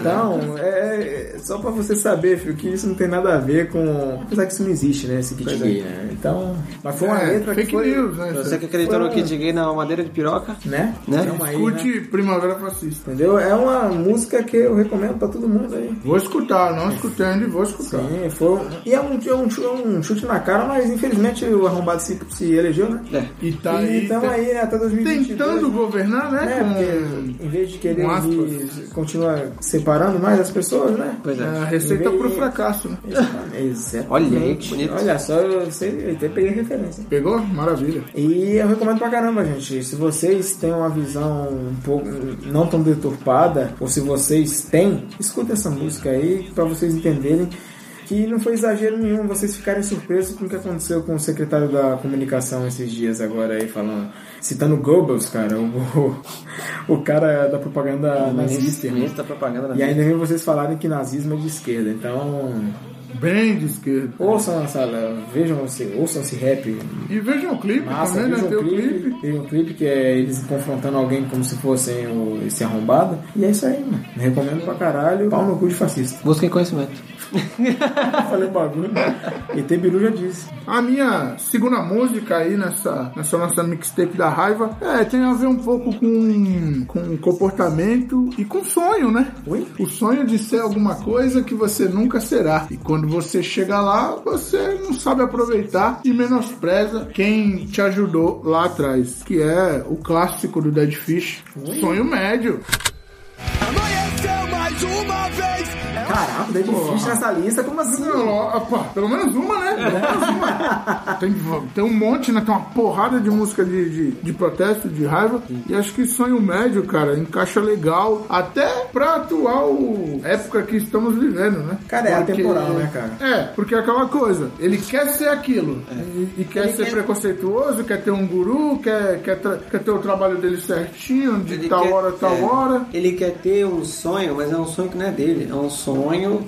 S2: Então, é, é só pra você saber, filho, que isso não tem nada a ver com. Apesar que isso não existe, né? Esse kit gay, né? Então. Mas foi uma
S1: É,
S2: letra
S1: fake
S2: que foi.
S1: news, né?
S3: Você que acreditou
S2: Foi
S3: no
S2: um-
S3: Kid Gay na madeira de piroca?
S2: Né?
S3: Né?
S2: Então, aí,
S1: Escute
S2: né?
S1: Primavera Fascista.
S2: Entendeu? É uma música que eu recomendo pra todo mundo aí.
S1: Vou escutar, não escutando e vou escutar.
S2: Sim, foi. um- E é um, é um chu- é um chute na cara, mas infelizmente o arrombado se, se elegeu, né?
S3: É.
S1: E tá aí,
S2: e tamo
S1: tá-
S2: aí, né? Até 2022.
S1: tentando governar, né?
S2: É,
S1: com-
S2: porque em vez de querer
S1: com aspas.
S2: ir- continuar separando mais as pessoas, né?
S3: Pois é.
S1: a receita
S2: Em vez-
S1: pro fracasso, né?
S2: Exatamente.
S3: Olha, que bonito.
S2: Olha só, eu, sei, eu até peguei referência.
S1: Pegou? Maravilha.
S2: E eu recomendo pra caramba, gente. Se vocês têm uma visão um pouco não tão deturpada, ou se vocês têm, escuta essa música aí pra vocês entenderem que não foi exagero nenhum vocês ficarem surpresos com o que aconteceu com o secretário da comunicação esses dias agora aí falando, citando Goebbels, cara, o, o, o cara da propaganda nazista. irmão.
S3: Ministro da propaganda né?
S2: E
S3: na
S2: ainda vem vocês falarem que nazismo é de esquerda, então
S1: Bem de esquerda.
S2: Ouçam essa, vejam esse, ouçam esse rap.
S1: E vejam o clipe
S2: Massa,
S1: também, né?
S2: vejam
S1: Tem
S2: o
S1: o clipe.
S2: clipe. Tem um clipe que é eles confrontando alguém como se fossem o, esse arrombado. E é isso aí, mano. Recomendo pra caralho. Pau no cu de fascista.
S3: Busquem conhecimento.
S2: Falei bagulho. E tem Bilu já disse.
S1: A minha segunda música aí nessa, nessa nossa mixtape da raiva é, tem a ver um pouco com, com comportamento e com sonho, né?
S2: Oi?
S1: O sonho de ser alguma coisa que você nunca será. E quando você chega lá, você não sabe aproveitar e menospreza quem te ajudou lá atrás, que é o clássico do Dead Fish, Sonho Médio.
S4: Amanheceu mais uma vez.
S2: Caraca, é difícil nessa lista. Como assim?
S1: Pelo- opa, Pelo menos uma, né? Pelo menos uma. Tem, tem um monte, né? Tem uma porrada de música de, de, de protesto, de raiva. E acho que sonho médio, cara, encaixa legal. Até pra atual época que estamos vivendo, né?
S2: Cara, é atemporal, né, cara? É.
S1: É, porque é aquela coisa. Ele quer ser aquilo. E, e quer ser preconceituoso, quer ter um guru, quer, quer, tra- quer ter o trabalho dele certinho, de tal
S3: quer-
S1: hora, tal
S3: é,
S1: hora.
S3: Ele quer ter um sonho, mas é um sonho que não é dele. É um sonho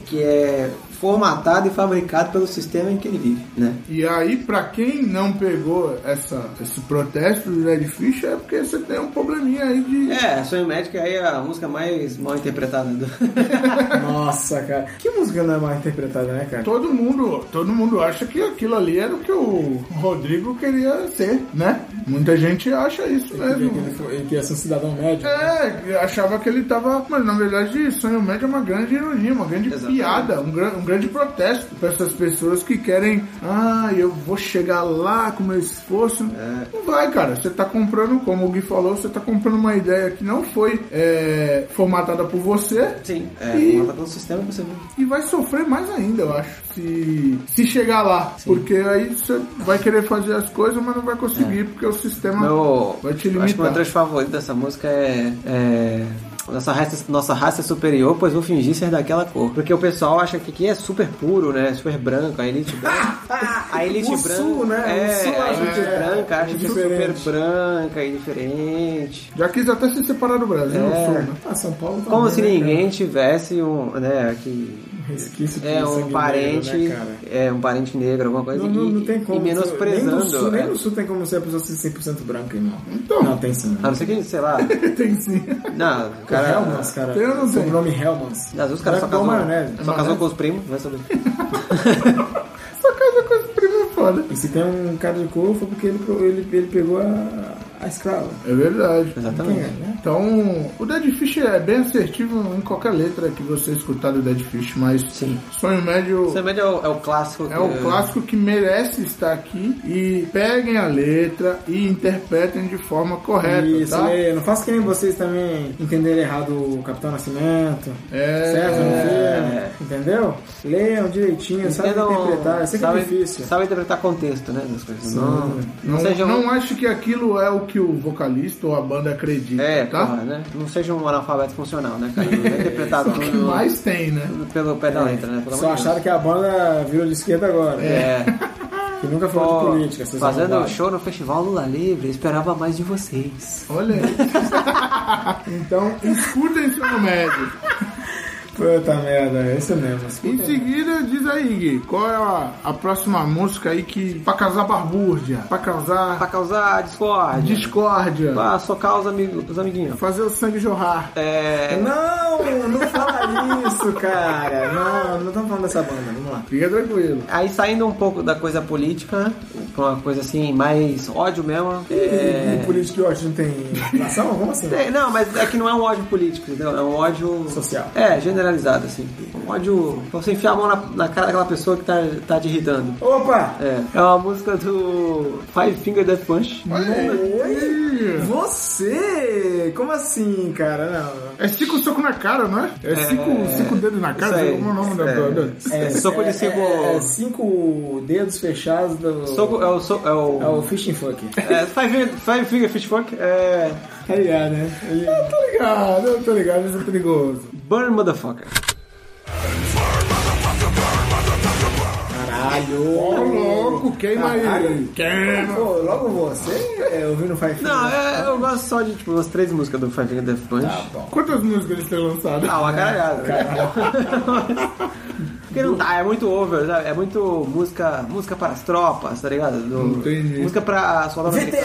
S3: que é formatado e fabricado pelo sistema em que ele vive, né?
S1: E aí, pra quem não pegou essa, esse protesto do Red Fish, é porque você tem um probleminha aí de.
S3: É, Sonho Médico aí é a música mais mal interpretada do...
S2: Nossa, cara. Que música não é mal interpretada, né, cara?
S1: Todo mundo, todo mundo acha que aquilo ali era o que o Rodrigo queria ser, né? Muita gente acha isso
S2: Ele,
S1: mesmo.
S2: ele, foi- ele queria ser um cidadão médio.
S1: É, achava que ele tava. Mas na verdade, Sonho Médio é uma grande ironia, uma grande
S3: Exatamente.
S1: piada, um, gran- um grande protesto pra essas pessoas que querem. Ah, eu vou chegar lá com meu esforço.
S3: É.
S1: Não vai, cara. Você tá comprando, como o Gui falou, você tá comprando uma ideia que não foi é, formatada por você.
S3: Sim, é
S1: E-
S3: formatado pelo sistema que você vive.
S1: E vai sofrer mais ainda, eu acho. Se, se chegar lá. Porque aí você vai querer fazer as coisas, mas não vai conseguir, porque o sistema
S3: Meu,
S1: vai te
S3: É. eu acho que o meu
S1: limitar.
S3: trecho favorito dessa música é, é, nossa, raça, nossa raça é superior, pois vou fingir ser daquela cor. Porque o pessoal acha que aqui é super puro, né? Super branco, a elite branca. A elite
S2: O
S3: branca.
S2: sul, né?
S3: É,
S2: O sul
S3: a
S2: acha
S3: elite
S2: que é
S3: branca acha que é super
S2: diferente.
S3: branca e diferente.
S1: Já quis até se separar do Brasil,
S3: É.
S1: eu sou, né?
S2: Ah, São Paulo também,
S3: Como se
S2: né,
S3: ninguém tivesse um. né? Que,
S2: Resquício
S3: É
S2: de
S3: um
S2: sangue
S3: parente,
S2: negro, né, cara?
S3: é um parente negro, alguma coisa
S2: Não, não,
S3: e-
S2: não tem como.
S3: e
S2: Nem no,
S3: menosprezando.
S2: sul, nem
S3: é.
S2: no sul tem como ser a pessoa ser 100% branca, irmão.
S1: Então.
S2: Não, tem sim. né?
S3: A não ser que, sei lá,
S1: Tem sim.
S3: não, o
S2: Cara,
S3: cara,
S2: Hellmans, cara.
S1: Eu não sei.
S2: O nome Hellmans.
S3: às vezes o cara só
S2: Branco igual
S3: casou,
S2: maionese.
S3: só casou com os primos, vai saber.
S1: Só casa com esse primo é foda.
S2: E se tem um cara de cor, foi porque ele, ele, ele pegou a, a escrava.
S1: É verdade.
S2: Quem é,
S3: Exatamente.
S2: né?
S1: Então, o Dead Fish é bem assertivo em qualquer letra que você escutar do Dead Fish, mas
S3: Sim.
S1: Sonho Médio
S3: Também é o, é o clássico.
S1: é o
S3: que-
S1: clássico que merece estar aqui e peguem a letra e interpretem de forma
S3: É,
S1: correta,
S2: Isso,
S1: tá?
S2: né? não faço que nem vocês também entenderem errado o Capitão Nascimento,
S1: É.
S2: César no filme, entendeu? Leiam direitinho,
S3: Entendam-
S2: sabem interpretar, eu sei que é
S3: sabem-
S2: difícil.
S3: sabem interpretar contexto, né? Das coisas. Não, não,
S1: Não,
S3: sejam.
S1: não acho que aquilo é o que o vocalista ou a banda acredita,
S3: é,
S1: tá?
S3: porra, né? Não seja um analfabeto funcional, né, cara? Não é interpretar
S1: O que
S3: tudo,
S1: mais tem, né?
S3: tudo pelo pé da letra, né? Pelo
S2: Só
S3: amor de Deus.
S2: acharam que a banda virou de esquerda agora, né?
S3: É.
S2: que nunca falou de
S3: Pô,
S2: política. Vocês
S3: fazendo
S2: arrombados.
S3: show no Festival Lula Livre, eu esperava mais de vocês.
S1: Olha aí. então, escutem Sonho Médio.
S2: Puta merda, é isso mesmo.
S1: Em
S2: escuta.
S1: seguida, diz aí, Gui, qual é a, a próxima música aí que... Pra causar barbúrdia, pra causar
S3: Pra causar discórdia. Ah,
S1: discórdia,
S3: Pra socar os, amigos, os amiguinhos.
S1: fazer o sangue jorrar.
S3: É.
S2: Não, não fala isso, cara. Não, não estamos falando dessa banda, vamos lá.
S1: Fica tranquilo.
S3: Aí saindo um pouco da coisa política, pra uma coisa assim, mais ódio mesmo.
S2: E,
S3: É...
S2: e político e ódio não tem relação? Como assim?
S3: É, Não, mas é que não é um ódio político, entendeu? É um ódio.
S2: Social.
S3: É, generalizado, assim. Um ódio. pra Você enfiar a mão na, na cara daquela pessoa que tá, tá te irritando.
S2: Opa!
S3: É. É uma música do Five Finger Death Punch.
S1: É.
S2: Oi? Você? Como assim, cara? Não.
S1: É cinco soco na cara, não é? É cinco, cinco dedos na cara,
S3: aí.
S1: como é o nome da
S3: É.
S1: banda?
S2: É,
S3: Soco de
S2: é-
S3: cinco-
S2: É, é cinco dedos fechados do.
S3: Soco- é o. so- é o.
S2: É o Fishing Fuck.
S3: É, five, Finger- Five Finger Fish Funk é.
S2: Tá ligado, né? Ele-
S1: Tô ligado, eu tô ligado, isso é perigoso.
S3: Burn Motherfucker.
S1: Ô,
S2: Caralho!
S1: louco, queima aí.
S2: Caralho.
S1: Queima.
S2: Pô, logo você é, ouvindo Five Finger.
S3: Não, é, eu gosto só de tipo umas três músicas do Five Finger Death Punch.
S2: Tá bom.
S1: Quantas músicas eles têm lançado?
S2: Né?
S3: Ah, uma caralhada. Porque não dá, é muito over, sabe? é muito música, música para as tropas, tá ligado? Do-
S1: Entendi.
S3: Música para soldado
S1: é
S3: americano.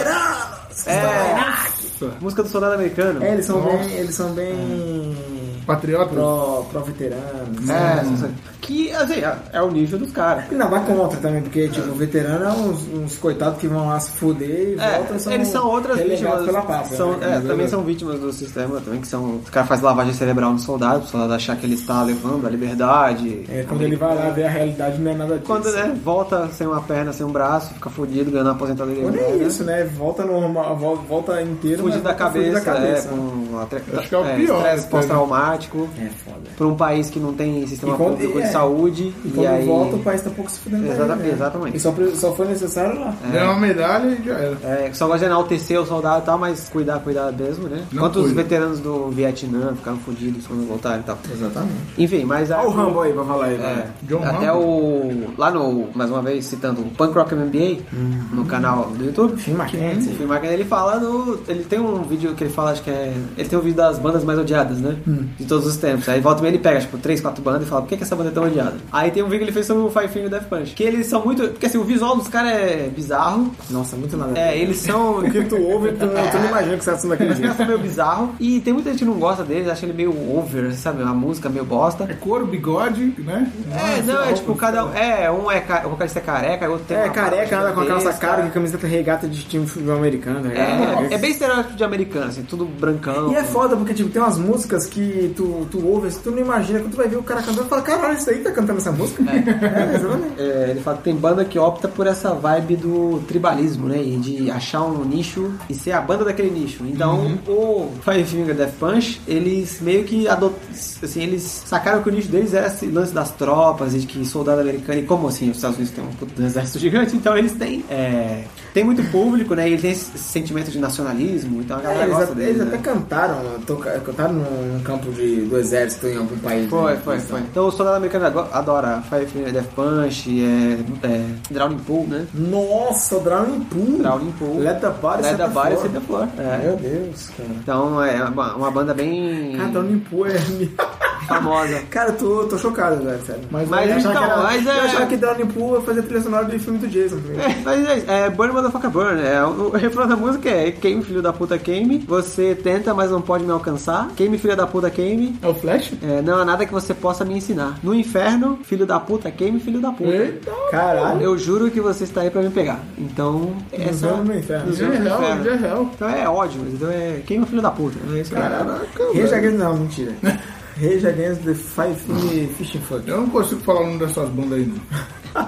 S2: Veteranos!
S3: É, música do soldado americano.
S2: É, eles são
S1: Nossa. É.
S2: bem. Eles são bem.
S1: Patriotas?
S2: Pro, pro veteranos.
S3: É, que assim, é- é o nível dos caras.
S2: E Não, vai contra também, porque, tipo, veterano é uns, uns coitados que vão lá se fuder e
S3: É,
S2: voltam são
S3: eles são outras
S2: relegados
S3: vítimas.
S2: pela pátria.
S3: são-
S2: né?
S3: é, também são vítimas do sistema, também que são. Os caras fazem lavagem cerebral no soldado, o soldado achar que ele está levando a liberdade.
S2: É, quando ele vai lá ver a realidade, não é nada disso.
S3: Quando né, volta sem uma perna, sem um braço, fica fudido, ganhando a aposentadoria.
S2: Quando é
S3: né?
S2: isso, né? Volta normal, vol- volta inteiro,
S3: Fudido
S2: mas
S3: da
S2: volta fudido
S3: cabeça,
S2: da cabeça.
S3: é, com atre-
S1: Acho que é o pior,
S3: estresse
S1: né?
S3: pós-traumático,
S2: É foda.
S3: para um país que não tem sistema
S2: E quando-
S3: público
S2: é.
S3: de saúde.
S2: E
S3: E,
S2: quando
S3: aí.
S2: volta, o país tá pouco se fudendo. pra
S3: Exata-
S2: ele, né?
S3: exatamente.
S2: E só, pre- só foi necessário lá.
S1: Ganhou uma medalha e já era.
S3: É, só gosta de enaltecer o soldado e tal, mas cuidar, cuidar mesmo, né?
S1: Não
S3: Quantos
S1: cuida.
S3: veteranos do Vietnã ficaram fudidos quando voltaram e tal.
S2: Exatamente.
S3: Enfim, mas aí.
S2: Olha o Rambo aí pra falar aí.
S3: É,
S2: velho.
S1: John
S3: até
S1: Rambo.
S3: o. Lá no. Mais uma vez, citando o Punk Rock MBA,
S2: Uhum.
S3: no canal do YouTube.
S2: Tim Mackenzie.
S3: Esse filme Magna, ele fala no. Ele tem um vídeo que ele fala, acho que é. Ele tem um vídeo das bandas mais odiadas, né?
S2: Hum.
S3: De todos os tempos. Aí volta e meia, ele pega, tipo, três, quatro bandas e fala, por que, que essa banda é tão odiada? Aí tem um vídeo que ele fez sobre o Five Finger Death Punch. Que eles são muito. Porque assim, o visual dos caras é bizarro.
S2: Nossa, muito nada.
S3: É, eles são.
S2: Porque tu ouve, tu, tu não imagina que você tá assume daquele
S3: Eles
S2: jeito.
S3: são meio bizarro. E tem muita gente que não gosta deles, acha ele meio over, sabe? A música meio bosta.
S1: É couro, bigode, né?
S3: É, não, é tipo, cada um. É, um é ca- o vocalista é careca, o outro tem
S2: É,
S3: uma
S2: careca, anda com a calça
S3: cabeça.
S2: cara, com a camiseta regata de time de futebol americano. tá ligado?
S3: É, é bem estereótipo de americano, assim, tudo brancão.
S2: E é foda porque, tipo, tem umas músicas que tu, tu ouve, assim, tu não imagina, quando tu vai ver o cara cantando, tu fala, caralho, isso aí tá cantando essa música? É, exatamente.
S3: É, ele fala que tem banda que opta por essa vibe do tribalismo, né? E de achar um nicho e ser a banda daquele nicho. Então, o Five Finger Death Punch, eles meio que adotaram. Assim, eles sacaram que o nicho deles era esse lance das tropas e de que soldado americano. E como assim, os Estados Unidos têm um puto exército gigante, então eles têm. é, tem muito público, né? E eles têm esse sentimento de nacionalismo, então a
S2: É,
S3: galera
S2: eles,
S3: gosta
S2: até,
S3: deles.
S2: eles
S3: né?
S2: até cantaram, toca- cantaram num campo de, do exército em algum país.
S3: Foi,
S2: né?
S3: foi,
S2: Isso.
S3: foi. Então o soldado americano ago- adora Five Finger Death Punch, é, é, Drowning Pool, né?
S2: Nossa, Drowning Pool.
S3: Drowning Pool.
S2: Let the body set
S3: Let the
S2: the
S3: body
S2: floor.
S3: set the floor. É.
S2: Meu Deus, cara.
S3: Então é uma, uma banda bem.
S2: Ah, Drowning Pool é...
S3: famosa.
S2: Cara, eu tô, tô chocado, velho, sério. Mas,
S3: Mas
S2: eu achava
S3: então,
S2: que era,
S3: mas é-
S2: Eu achava que Drowning Pool ia fazer a trilha sonora do filme do Jason. tá também.
S3: É, mas é, é Burn Motherfucker Burn. É, o, o refrão da música é Queime, filho da puta, queime. Você tenta, mas não pode me alcançar. Queime, filho da puta, queime.
S1: É o Flash?
S3: É, não há nada que você possa me ensinar. No inferno, filho da puta, queime, filho da puta.
S1: Eita!
S2: Caralho.
S3: Eu juro que você está aí pra me pegar. Então, essa...
S2: vamos no inferno.
S3: Nos
S1: The
S3: vamos no
S1: Hell,
S3: é inferno.
S1: The Hell.
S3: Então é ódio, então é queima, filho da puta. É isso é aí.
S2: Rage Against... Não, mentira. Rage Against the Five Fishing Fuck.
S1: Eu não consigo falar o nome dessas bandas aí, não.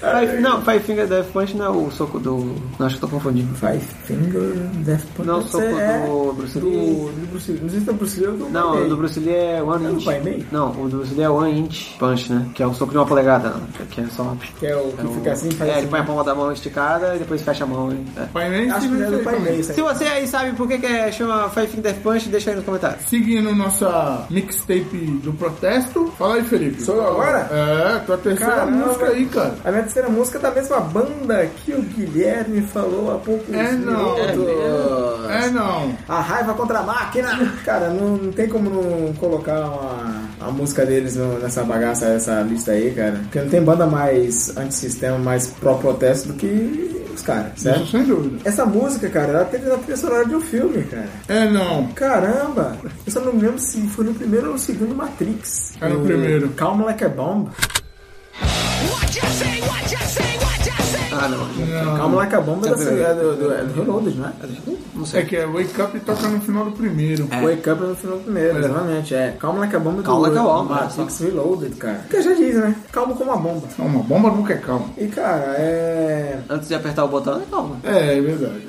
S3: Five- não, Five Finger Death Punch não é o soco do... Não, acho que eu tô confundindo.
S2: Five Finger Death Punch.
S3: Não,
S2: Você
S3: soco
S2: é
S3: do Bruce Lee.
S2: Do, do Bruce Lee. Não sei se é Bruce Lee ou do
S3: Não, o do Bruce Lee é One
S2: É o
S3: Inch.
S2: Pai Mei?
S3: Não, o do Bruce Lee é One Inch Punch, né? Que é o soco de uma polegada, né? que é só...
S2: Que é o que fica assim, faz
S3: É, ele
S2: assim.
S3: põe a palma da mão esticada e depois fecha a mão. hein? É.
S1: Pai Man,
S2: Acho que
S1: seguindo
S2: é do
S1: isso aí
S2: Pai
S1: também.
S2: Mei,
S3: Se
S2: sabe?
S3: você aí sabe por que, que é- chama Five Finger Death Punch, deixa aí nos comentários.
S1: Seguindo nossa mixtape do protesto. Fala aí, Felipe.
S2: Sou eu agora?
S1: É, tua terceira
S2: Caramba.
S1: música aí, cara.
S2: A minha terceira música é da mesma banda que o Guilherme falou há poucos
S1: É, não.
S2: minutos.
S1: É, não.
S2: A raiva contra a máquina! Cara, não, não tem como não colocar uma, a música deles no- nessa bagaça, essa lista aí, cara. Porque não tem banda mais antissistema, mais pró-protesto do que os caras,
S1: Isso
S2: certo?
S1: sem dúvida.
S2: Essa música, cara, ela teve na trilha sonora de um filme, cara.
S1: É, não.
S2: Caramba! Eu só não me lembro se foi no primeiro ou no segundo Matrix.
S1: É no
S2: O
S1: primeiro.
S2: Calm Like a Bomb.
S4: What you say, what you say, what you say.
S3: Ah, não.
S2: Calm Like a Bomb é, da,
S3: primeiro.
S2: é do, do, é do Reloaded, né?
S3: Não sei.
S1: É que é Wake Up e toca no final do primeiro.
S2: Wake Up é no final do primeiro, exatamente. É Calm Like a Bomb é
S3: Calm
S2: do
S3: Like a Bomb, olha
S2: Matrix Reloaded, cara. Que já diz, né? Calmo como a bomba.
S1: É uma bomba nunca é calma.
S2: E, cara, é...
S3: Antes de apertar o botão, é calma.
S1: É, é verdade.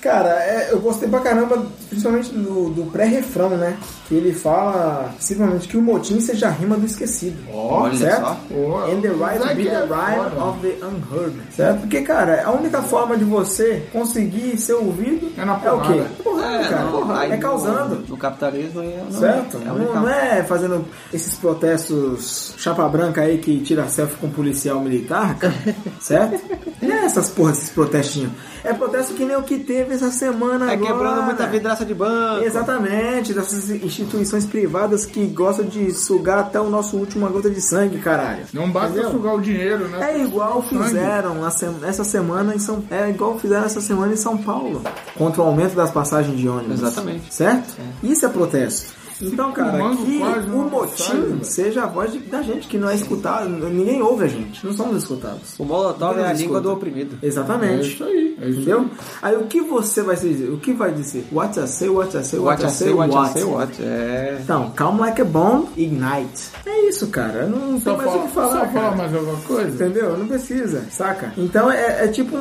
S2: Cara, é, eu gostei pra caramba, principalmente do, do pré-refrão, né? Que ele fala, simplesmente, que o motim seja a rima do esquecido.
S1: Ó,
S3: Olha
S2: certo?
S3: só.
S1: Ó,
S2: And the right
S1: isso
S2: to be
S1: aqui
S2: the
S1: é
S2: right
S1: foda.
S2: of the unheard. Certo? Porque, cara, a única forma de você conseguir ser ouvido
S1: É na
S2: o
S1: porrada.
S2: quê? É porrada, cara.
S3: não,
S2: porrada.
S3: aí
S2: é
S3: no-
S2: causando.
S3: No capitalismo aí. não-
S2: Certo?
S3: É,
S2: não,
S3: um
S2: não
S3: calma.
S2: é fazendo esses protestos chapa branca aí que tira selfie com policial militar, cara. certo? Não é essas porras, esses protestinhos. É protesto que nem o que teve essa semana
S3: É
S2: agora.
S3: quebrando muita vidraça de banco.
S2: Exatamente, dessas instituições privadas que gostam de sugar até o nosso último gota de sangue, caralho.
S1: Não basta
S2: É. Entendeu?
S1: sugar o dinheiro, né?
S2: É igual
S1: Sangue.
S2: fizeram na se- essa semana em São é igual fizeram essa semana em São Paulo contra o aumento das passagens de ônibus.
S3: Exatamente.
S2: Certo? Isso é protesto. Então, cara,
S1: fumando
S2: que
S1: quase
S2: o
S1: uma passagem,
S2: motim
S1: velho.
S2: seja a voz de- da gente que não é escutado, ninguém ouve a gente, não somos escutados.
S3: O molotov é a
S2: Ninguém nos
S3: língua do
S2: escuta.
S3: oprimido.
S2: Exatamente.
S1: É isso aí, é isso
S2: Entendeu? Aí o que você vai se dizer? O que vai dizer? What I say, what I say, what,
S3: What
S2: I
S3: a
S2: say,
S3: say,
S2: what,
S3: what a
S2: I
S3: say, what. É.
S2: Então, calm like a bomb, ignite. É isso, cara. Não, não tem
S1: Só
S2: mais o
S1: fala,
S2: que falar.
S1: só
S2: cara.
S1: fala mais alguma coisa?
S2: Entendeu? Não precisa, saca? Então é, é tipo um,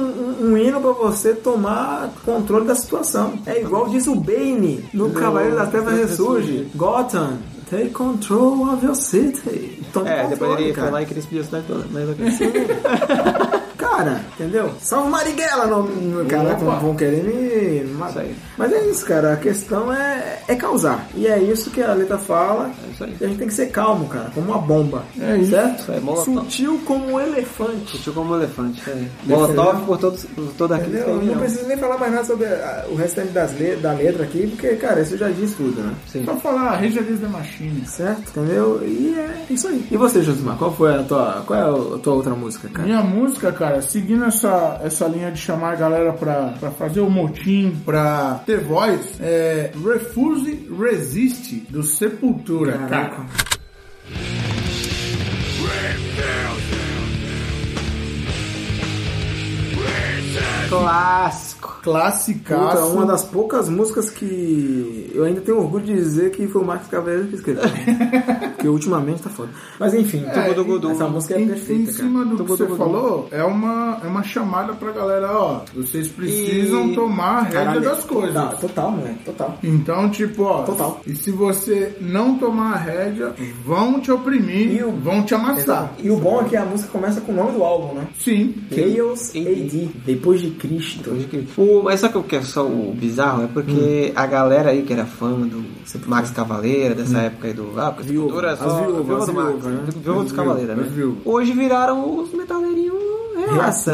S2: um- um hino pra você tomar controle da situação. É igual diz o Bane no Cavaleiro da Treva Ressurge. Gotham, take control of your city. Toma
S3: É,
S2: controle,
S3: depois ele foi
S2: cara.
S3: lá e queria explodir a cidade toda. Mas ok.
S2: Cara, entendeu? Salve Marighella, não, não, cara,
S1: Opa.
S2: vão, vão querer me
S3: Isso
S2: matar.
S3: aí.
S2: Mas é isso, cara, a questão é, é causar. E é isso que a letra fala.
S3: É isso aí.
S2: E a gente tem que ser calmo, cara, como uma bomba.
S1: É isso.
S2: Certo?
S3: É molotov.
S2: Sutil como um elefante.
S3: Sentiu como um elefante. isso aí. Molotov por, todos, por toda a crítica.
S2: é- Entendeu?
S3: e
S2: Não
S3: opinião.
S2: preciso nem falar mais nada sobre a- o restante das le- da letra aqui, porque, cara, isso já diz tudo, né?
S3: Sim.
S1: Só falar Rage Against the Machine.
S2: Certo? Entendeu? E é isso aí. E você, Josimar, qual foi a tua. Qual é a tua outra música, cara?
S1: Minha música, cara, seguindo essa, essa linha de chamar a galera pra, pra fazer o motim, pra ter voz, é Refuse Resiste, do Sepultura, cara.
S3: Clássico.
S1: Classicaço.
S2: Puta, uma das poucas músicas que eu ainda tenho orgulho de dizer que foi o Marcos Cavaleiro que escreveu. Porque ultimamente tá foda. Mas enfim,
S1: É,
S2: essa música é
S1: em, em
S2: perfeita, cara.
S1: cima do que você
S2: Tugudugudu.
S1: falou, é uma, é uma chamada pra galera, ó, vocês precisam tomar a rédea
S2: Caralho,
S1: das coisas.
S2: Tá, total, moleque, total.
S1: Então, tipo, ó,
S2: Total.
S1: e se você não tomar a rédea, vão te oprimir,
S2: E o-
S1: vão te amassar.
S2: E o bom é que a música começa com o nome do álbum, né?
S1: Sim.
S2: Chaos
S3: AD.
S2: AD, depois de Cristo.
S3: Hoje que- O, mas só que o que é só o bizarro é
S2: Hum.
S3: porque a galera aí que era fã do Max Cavaleira, dessa época aí do. Ah, porque
S2: Viúva.
S3: cultura é
S2: Hum. As
S3: só
S2: viúvas,
S3: viúva
S2: as
S3: do Max.
S2: viúvas, né?
S3: Viúva dos
S1: As
S3: Cavaleiros,
S1: viúvas,
S3: né?
S1: as viúvas.
S3: Hoje viraram os metaleirinhos reaça,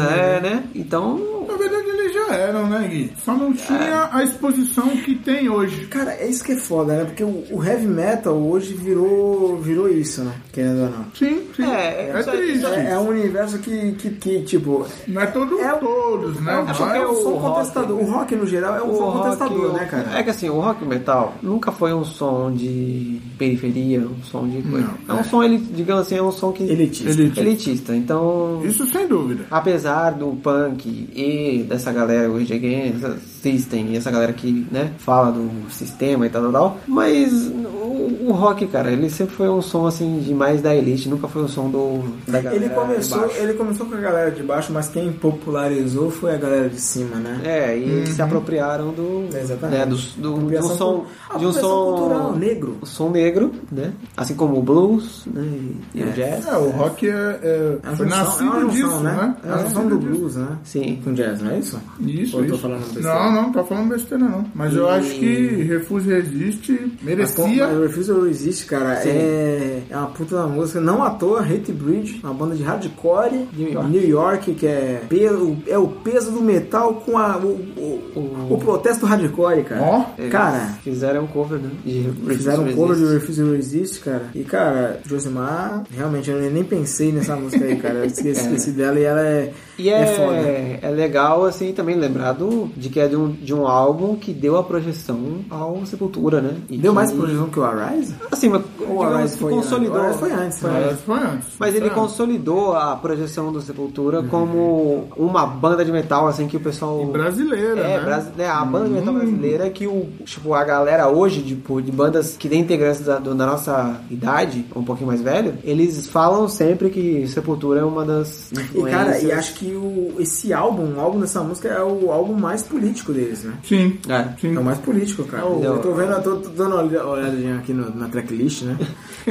S2: Reaça, né?
S3: é, né? Então.
S1: Na verdade, ele já fizeram, né, Gui? Só
S2: É.
S1: não tinha a exposição que tem hoje.
S2: Cara, é isso que é foda, né? Porque o, o heavy metal hoje virou, virou isso, né? Querendo ou não.
S1: Sim, sim.
S3: É,
S1: É,
S3: isso aí-
S1: triste.
S3: isso aí-
S2: É, é um universo que, que, que, tipo,
S1: Não é todo,
S2: É o-
S1: todos, né?
S2: é,
S1: Mas-
S2: porque é um som
S3: o rock-
S2: contestador. O rock, no geral, é um som contestador, né, cara?
S3: É que assim, o rock metal nunca foi um som de periferia, um som de coisa. é um som, ele, digamos assim, é um som que.
S2: Elitista.
S3: Elitista. Então.
S1: Isso sem dúvida.
S3: Apesar do punk e dessa galera, o Rage Against, System e essa galera que, né, fala do sistema e tal, tal, tal, mas o, o rock, cara, ele sempre foi um som, assim, de mais da elite, nunca foi um som do, da galera
S2: Ele
S3: de
S2: começou,
S3: baixo.
S2: ele começou com a galera de baixo, mas quem popularizou foi a galera de cima, né?
S3: É, e se apropriaram do,
S2: Exatamente.
S3: né, do, do, de um
S2: Apropriação
S3: som,
S2: cul- a
S3: de um
S2: apropriação
S3: som
S2: cultural, né? negro.
S3: um som negro, né? Assim como o blues, né? E, e o jazz.
S1: É, o rock é, é-
S2: É uma
S1: foi
S2: junção-
S1: nascido
S2: é uma junção,
S1: disso, né?
S2: É a junção do blues, né?
S3: Sim.
S2: Com jazz, não é isso?
S1: Isso,
S2: Ou eu tô
S1: isso.
S2: falando besteira?
S1: não, não, tá falando besteira não. Mas eu acho que Refúgio Resiste merecia.
S2: Mas o Refusal Resist, cara, é, é uma puta da música. Não à toa, Hate Bridge, uma banda de hardcore
S3: New York.
S2: York, que é, peso, é o peso do metal com a- o, o, o protesto do hardcore, cara. É.
S1: Ó.
S2: Cara,
S3: Fizeram um cover, né? De
S2: fizeram um
S3: Resist.
S2: cover de Refusal Resist, cara. E, cara, Josimar, realmente, eu nem pensei nessa música aí, cara. Eu esqueci, esqueci dela e ela é,
S3: E
S2: é foda.
S3: é, é legal, assim, também lembrar do, de que é de um, de um álbum que deu a projeção ao Sepultura, né? E
S2: Deu
S3: que-
S2: mais projeção que o Arise?
S3: Assim, mas
S2: O
S3: digamos
S2: Arise
S3: que
S2: foi antes.
S3: consolidou.
S2: O Arise foi antes, né?
S1: Mas foi antes.
S3: Mas ele
S1: Foi antes.
S3: consolidou a projeção do Sepultura
S2: Uhum.
S3: como uma banda de metal, assim, que o pessoal...
S1: Brasileira,
S3: É,
S1: né?
S3: Brasi- né, a banda de
S2: Uhum.
S3: metal brasileira que o, tipo, a galera hoje, tipo, de bandas que tem integrantes da, do- da nossa idade, ou um pouquinho mais velho, eles falam sempre que Sepultura é uma das
S2: E,
S3: influências.
S2: cara, e acho que o, esse álbum, o álbum dessa música é o álbum mais político deles, né?
S1: Sim,
S3: É.
S1: sim.
S2: É o mais político, cara.
S3: Entendeu?
S2: Eu tô vendo, eu tô, tô dando uma olhada- olhadinha aqui no- na tracklist, né?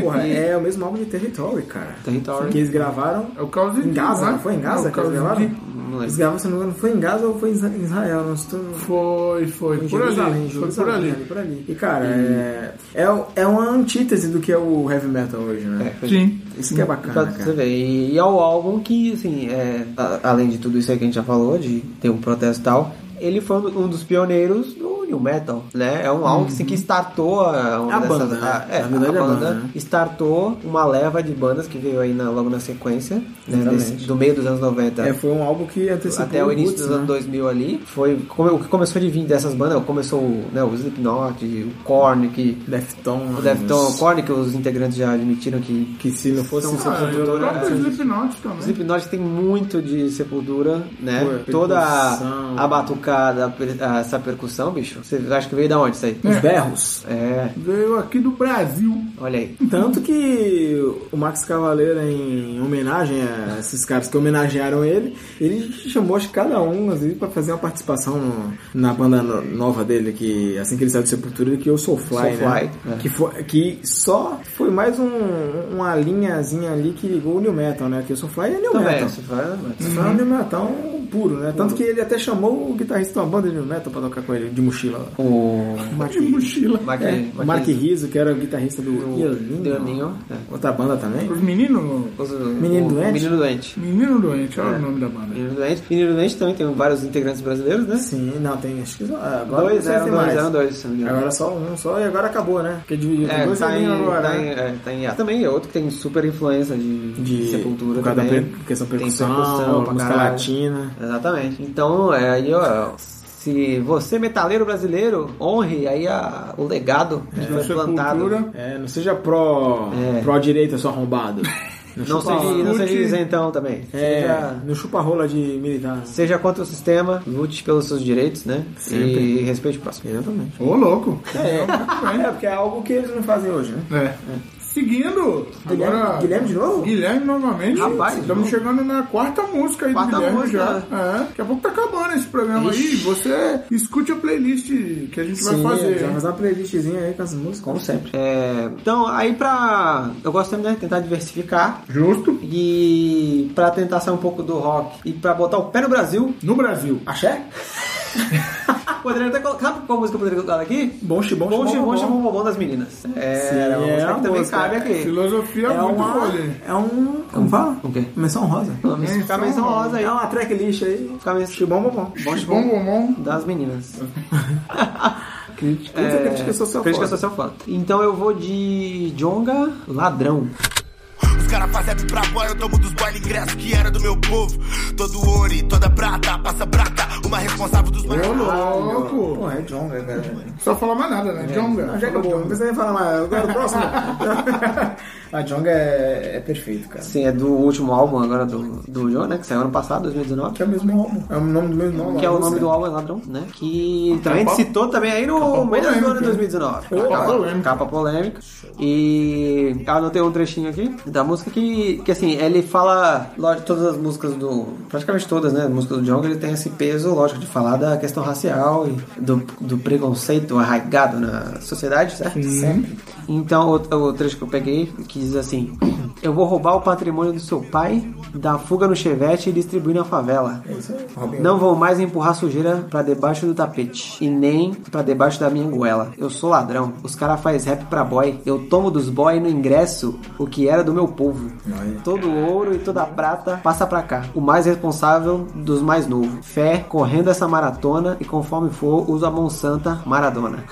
S2: Porra, é o mesmo álbum de Territory, cara.
S3: Territory.
S2: Que eles gravaram
S1: É o né? caos
S2: em Gaza, não
S1: É
S2: foi em Gaza que eles gravaram?
S3: Não
S2: Eles
S3: lembro.
S2: gravaram, se não me engano, foi em Gaza ou foi em Isa- em Israel, não estou...
S1: Foi, foi.
S2: Em
S1: Por ali.
S2: Jerusalém,
S1: Foi por
S2: Jerusalém, né?
S1: ali.
S2: por ali. E, cara, é, é, o- é uma antítese do que é o heavy metal hoje, né?
S3: É, Tá
S1: Sim.
S2: Isso que é
S3: Pra
S2: bacana,
S3: Então, você
S2: cara.
S3: ver. E, e é um álbum que, assim, é, a- além de tudo isso aí que a gente já falou, de ter um protesto e tal, ele foi um um dos pioneiros do New Metal, né? É um álbum que, assim, que startou a, uma
S2: Uhum. A
S3: dessas-
S2: banda, né?
S3: é,
S2: Na verdade,
S3: a
S2: a
S3: banda
S2: banda, né?
S3: startou uma leva de bandas que veio aí na- logo na sequência, né?
S2: Exatamente.
S3: Desse- do meio dos anos 90
S2: É, foi um álbum que antecipou
S3: até o início
S2: Roots,
S3: dos
S2: né?
S3: anos 2000 ali, foi come- o que começou de vir dessas bandas, começou né, o Slipknot, o Korn, que...
S2: Deftones.
S3: O Defton, o Korn, que os integrantes já admitiram que
S2: Que se não fosse...
S3: São-
S1: Ah, e o próprio Slipknot
S3: O
S1: também.
S3: Slipknot tem muito de sepultura, né?
S2: Pô,
S3: Toda
S2: percussão.
S3: a, a batucada, a per- a- essa percussão, bicho. Você acha que veio da onde isso aí?
S2: Os berros.
S3: É,
S1: Veio aqui do Brasil.
S3: olha aí.
S2: Tanto que o Max Cavaleiro, em homenagem a esses caras que homenagearam ele, ele chamou acho que cada um, às vezes, pra fazer uma participação no- na banda no- nova dele, que assim que ele saiu do Sepultura, ele criou o Soulfly, né?
S3: Soulfly, é.
S2: Que, foi, que só foi mais um- uma linhazinha ali que ligou o New Metal, né? Que o Soulfly é New
S3: Também,
S2: Metal.
S3: isso foi-
S2: Uhum. Foi um New Metal puro, né? Tanto que ele até chamou o guitarrista de uma banda de New Metal pra tocar com ele, de mochila lá.
S3: O
S1: De mochila.
S3: Mark,
S2: É, o Mark Rizzo, que era o guitarrista do
S3: o
S2: Iolinho.
S3: Deoninho.
S2: Outra banda também?
S1: Os meninos.
S2: Menino Doente?
S3: Menino doente.
S1: Menino doente,
S2: É.
S1: olha o nome da banda.
S3: Menino doente. Menino doente também tem vários integrantes brasileiros, né?
S2: Sim, não, tem. Acho que só. ah, Agora
S3: Dois,
S2: não sei se
S3: eram
S2: tem
S3: dois,
S2: mais.
S3: eram dois, se não me engano.
S2: Agora só um só e agora acabou, né? Porque dividiu tem
S3: É,
S2: dois
S3: tá em,
S2: aninhos agora.
S3: tá em,
S2: né?
S3: é, tá em- Também é outro que tem super influência de,
S2: De
S3: sepultura
S2: por causa da
S3: também.
S2: per- questão
S3: Tem
S2: percussão,
S3: percussão pra
S2: música
S3: caralho.
S2: latina.
S3: Exatamente. Então, é, aí, ó, se você, metaleiro brasileiro, honre aí a- o legado que foi plantado.
S1: Sepultura.
S2: É, não seja pró,
S3: É.
S2: pró direita só arrombado.
S3: Não
S2: chupa-
S3: seja, não seja
S1: Lute.
S3: isentão então também.
S2: É,
S3: Seja,
S2: no chupa-rola de militar.
S3: seja contra o sistema, lute pelos seus direitos, né?
S2: Sempre.
S3: E respeite o próximo.
S2: Exatamente.
S1: Ô, louco.
S2: É, porque é algo que eles não fazem hoje, né?
S1: É. Seguindo,
S2: Guilherme,
S1: agora.
S2: Guilherme de novo?
S1: Guilherme novamente.
S3: Rapaz,
S1: estamos
S3: não.
S1: chegando na quarta música aí
S3: Quarta
S1: do Guilherme
S3: música,
S1: já.
S3: né?
S1: É. Daqui a pouco tá acabando esse programa aí. Você escute a playlist que a gente vai
S2: Sim,
S1: fazer.
S2: já fazer uma playlistzinha aí com as músicas.
S3: Como sempre. É, então, aí pra. Eu gosto sempre de tentar diversificar.
S1: Justo.
S3: E pra tentar sair um pouco do rock e pra botar o pé no Brasil,
S1: No Brasil.
S2: Axé?
S3: Poderia até colocar. Sabe qual música eu poderia colocar aqui?
S2: Bom, chi, bom, chi, bom,
S3: Bom, bom,
S2: bom,
S3: bom,
S2: bom.
S3: é bom, bom, das meninas. É,
S2: Sim,
S3: era uma
S2: é
S3: música
S2: uma
S3: que também
S2: música.
S3: cabe aqui.
S1: Filosofia
S2: É
S1: muito
S2: uma.
S1: folha.
S2: É um. Como fala?
S3: O quê?
S2: Menção rosa.
S3: Ficar mais rosa aí.
S2: É uma tracklist aí.
S3: Ficar mais
S2: Chi, bom, bom, bom.
S3: bom, chi,
S1: Bom,
S3: bom,
S1: bom, bom.
S3: das meninas.
S2: Crítica,
S3: É,
S2: crítica social.
S3: Crítica
S2: foda.
S3: social foda. Então eu vou de Jonga Ladrão.
S4: Os caras faz rap pra fora, eu tomo dos boy ingresso que era do meu povo. Todo ouro e toda prata, passa prata, uma responsável dos mais.
S1: Ô, louco.
S2: Pô, é Jonga, cara.
S1: Só falar mais nada,
S3: É,
S1: né? Jonga.
S2: Não, já
S1: Falou
S2: acabou, não
S1: Jonga.
S2: precisa nem falar mais. Agora o próximo. a Jonga é, é perfeito, cara.
S3: Sim, é do último álbum agora do, do Jonga, né? Que saiu ano passado, 2019.
S2: Que é o mesmo álbum. É o nome do mesmo álbum.
S3: Que é o nome
S2: música.
S3: do álbum é Ladrão, né? Que também citou também aí no meio do ano de 2019.
S1: Capa polêmica.
S3: Capa polêmica. E eu anotei um trechinho aqui da música que, que assim, ele fala, lógico, todas as músicas do. Praticamente todas, né? As músicas do Jonga, ele tem esse peso, lógico, de falar da questão racial e do, do preconceito arraigado na sociedade, certo? Sempre. Então, o, o trecho que eu peguei, que diz assim: Eu vou roubar o patrimônio do seu pai, dar fuga no chevette e distribuir na favela. Não vou mais empurrar sujeira pra debaixo do tapete e nem pra debaixo da minha goela. Eu sou ladrão. Os cara faz rap pra boy. Eu tomo dos boy no ingresso o que era do meu povo. Todo ouro e toda prata passa pra cá. O mais responsável dos mais novos. Fé correndo essa maratona e conforme for uso a mão santa Maradona.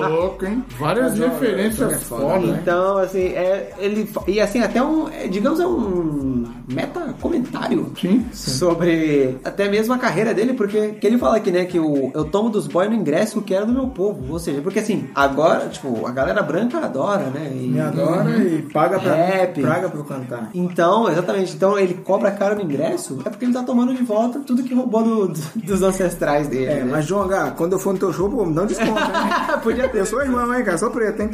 S1: Ô, louco, hein? Várias
S3: é
S1: referências foda, né?
S3: Então, assim, é, ele. E assim, até um. é, digamos, é um meta comentário.
S1: Sim.
S3: Sobre até mesmo a carreira dele, porque que ele fala aqui, né, que o, eu tomo dos boys no ingresso que era do meu povo. Ou seja, porque assim, agora, tipo, a galera branca adora, né? E-
S2: Me adora e paga pra,
S3: Rap.
S2: praga pra eu cantar.
S3: Então, exatamente. Então ele cobra caro no ingresso, é porque ele tá tomando de volta tudo que roubou do- do- dos ancestrais dele.
S2: É,
S3: né?
S2: mas Jonga, quando eu for no teu show, pô, me dá um desconto, hein?
S3: Podia ter.
S2: Eu sou irmão, hein, cara? Sou preto, hein?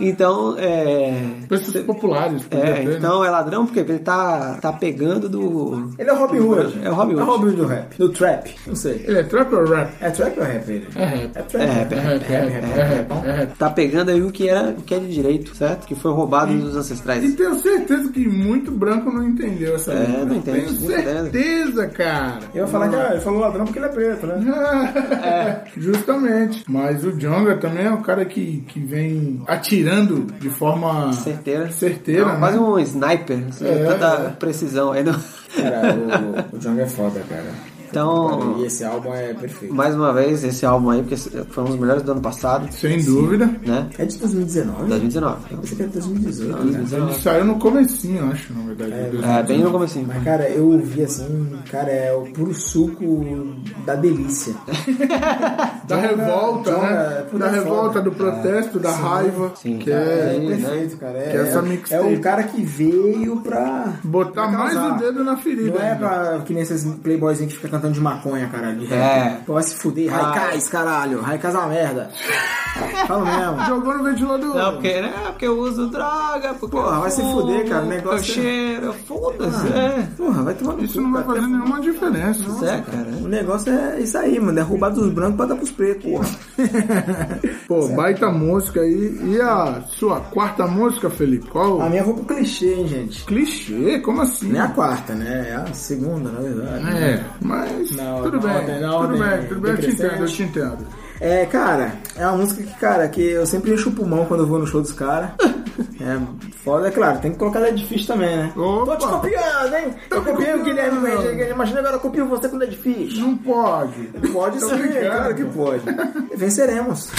S3: Então, é.
S1: Preços populares. podia
S3: É,
S1: ter, né?
S3: então é ladrão porque ele tá, tá pegando do.
S2: Ele é o Robin Hood.
S3: É o Robin Hood.
S2: É o Robin Hood do rap. Do trap. Não sei.
S1: Ele é trap ou rap?
S2: É trap ou rap ele?
S1: É rap.
S2: É trap.
S3: É rap,
S1: É
S2: né?
S1: rap, é rap, é rap, é rap.
S3: Tá pegando aí o que era o que é de direito, certo? Que foi roubado dos
S1: E
S3: ancestrais.
S1: tenho certeza que muito branco não entendeu essa
S3: É,
S1: letra.
S3: não entende,
S1: Tenho
S3: não entende.
S1: certeza, cara.
S2: Eu ia falar que ah, ele falou ladrão porque ele é preto, né?
S3: É.
S1: Justamente. Mas o Jonga também é um cara que, que vem atirando de forma
S3: Certeira.
S1: certeira,
S3: Não, Quase
S1: né?
S3: um sniper, assim,
S1: É,
S3: tanta
S1: é.
S3: precisão aí. Não...
S2: Cara, o, o Django é foda, cara.
S3: Então,
S2: E esse álbum é perfeito.
S3: mais uma vez, esse álbum aí, porque foi um dos melhores do ano passado,
S1: Sem dúvida.
S3: né?
S2: É de 2019? Eu
S3: 2019. Então,
S2: pensei que era 2018, cara.
S1: Ele saiu no comecinho, eu acho, na verdade.
S3: É, bem no comecinho.
S2: Mas, cara, eu ouvi assim, cara, é o puro suco da delícia.
S1: da revolta,
S2: Jonga é
S1: né?
S2: pura
S1: Da
S2: foda.
S1: revolta, do protesto, da raiva.
S3: Sim.
S1: que
S2: É,
S1: é,
S2: perfeito, cara. É,
S1: Que essa
S2: é
S1: mixtape.
S2: um cara que veio pra.
S1: botar
S2: pra
S1: mais
S2: causar.
S1: o dedo na ferida.
S2: Não é
S1: ainda.
S2: pra que nem esses playboyzinhos que ficam cantando de maconha, caralho. de
S3: É.
S2: rap. Pô, vai se fuder.
S3: Ah.
S2: Raikais, caralho. Raikais é uma merda. Fala mesmo.
S1: Jogou no ventilador.
S3: Não, porque, né, porque eu uso droga, porque
S2: Porra,
S3: eu
S2: vai se
S3: fumo,
S2: fuder, cara, o
S3: porque
S2: negócio é-
S3: Eu cheiro, foda-se, é.
S2: Porra, vai tomar no
S1: Isso
S2: cu,
S1: não vai
S2: cara.
S1: fazer nenhuma diferença.
S3: É, cara.
S2: O negócio é isso aí, mano. Derrubar dos brancos pra dar pros pretos, porra.
S1: Pô, baita música aí. E a sua quarta música, Felipe? Qual?
S2: A minha eu vou pro clichê, hein, gente.
S1: Clichê? Como assim?
S2: Não é a quarta, né? É a segunda, na verdade.
S1: É, mas
S2: Não,
S1: tudo
S2: não,
S1: bem,
S2: não,
S1: tudo
S2: não,
S1: bem,
S2: não,
S1: tudo bem, eu te
S2: decrescente.
S1: entendo, eu te entendo.
S2: É, cara, é uma música que, cara, que eu sempre encho o pulmão quando eu vou no show dos caras. É foda, é claro, tem que colocar é difícil também, né?
S1: Opa. Tá
S2: Tô te copiando, hein? Eu copiei o Guilherme Mendes, imagina agora eu copio você quando é difícil.
S1: Não pode.
S2: Pode
S1: Tô
S2: sim,
S1: brincando.
S2: claro que pode. Venceremos.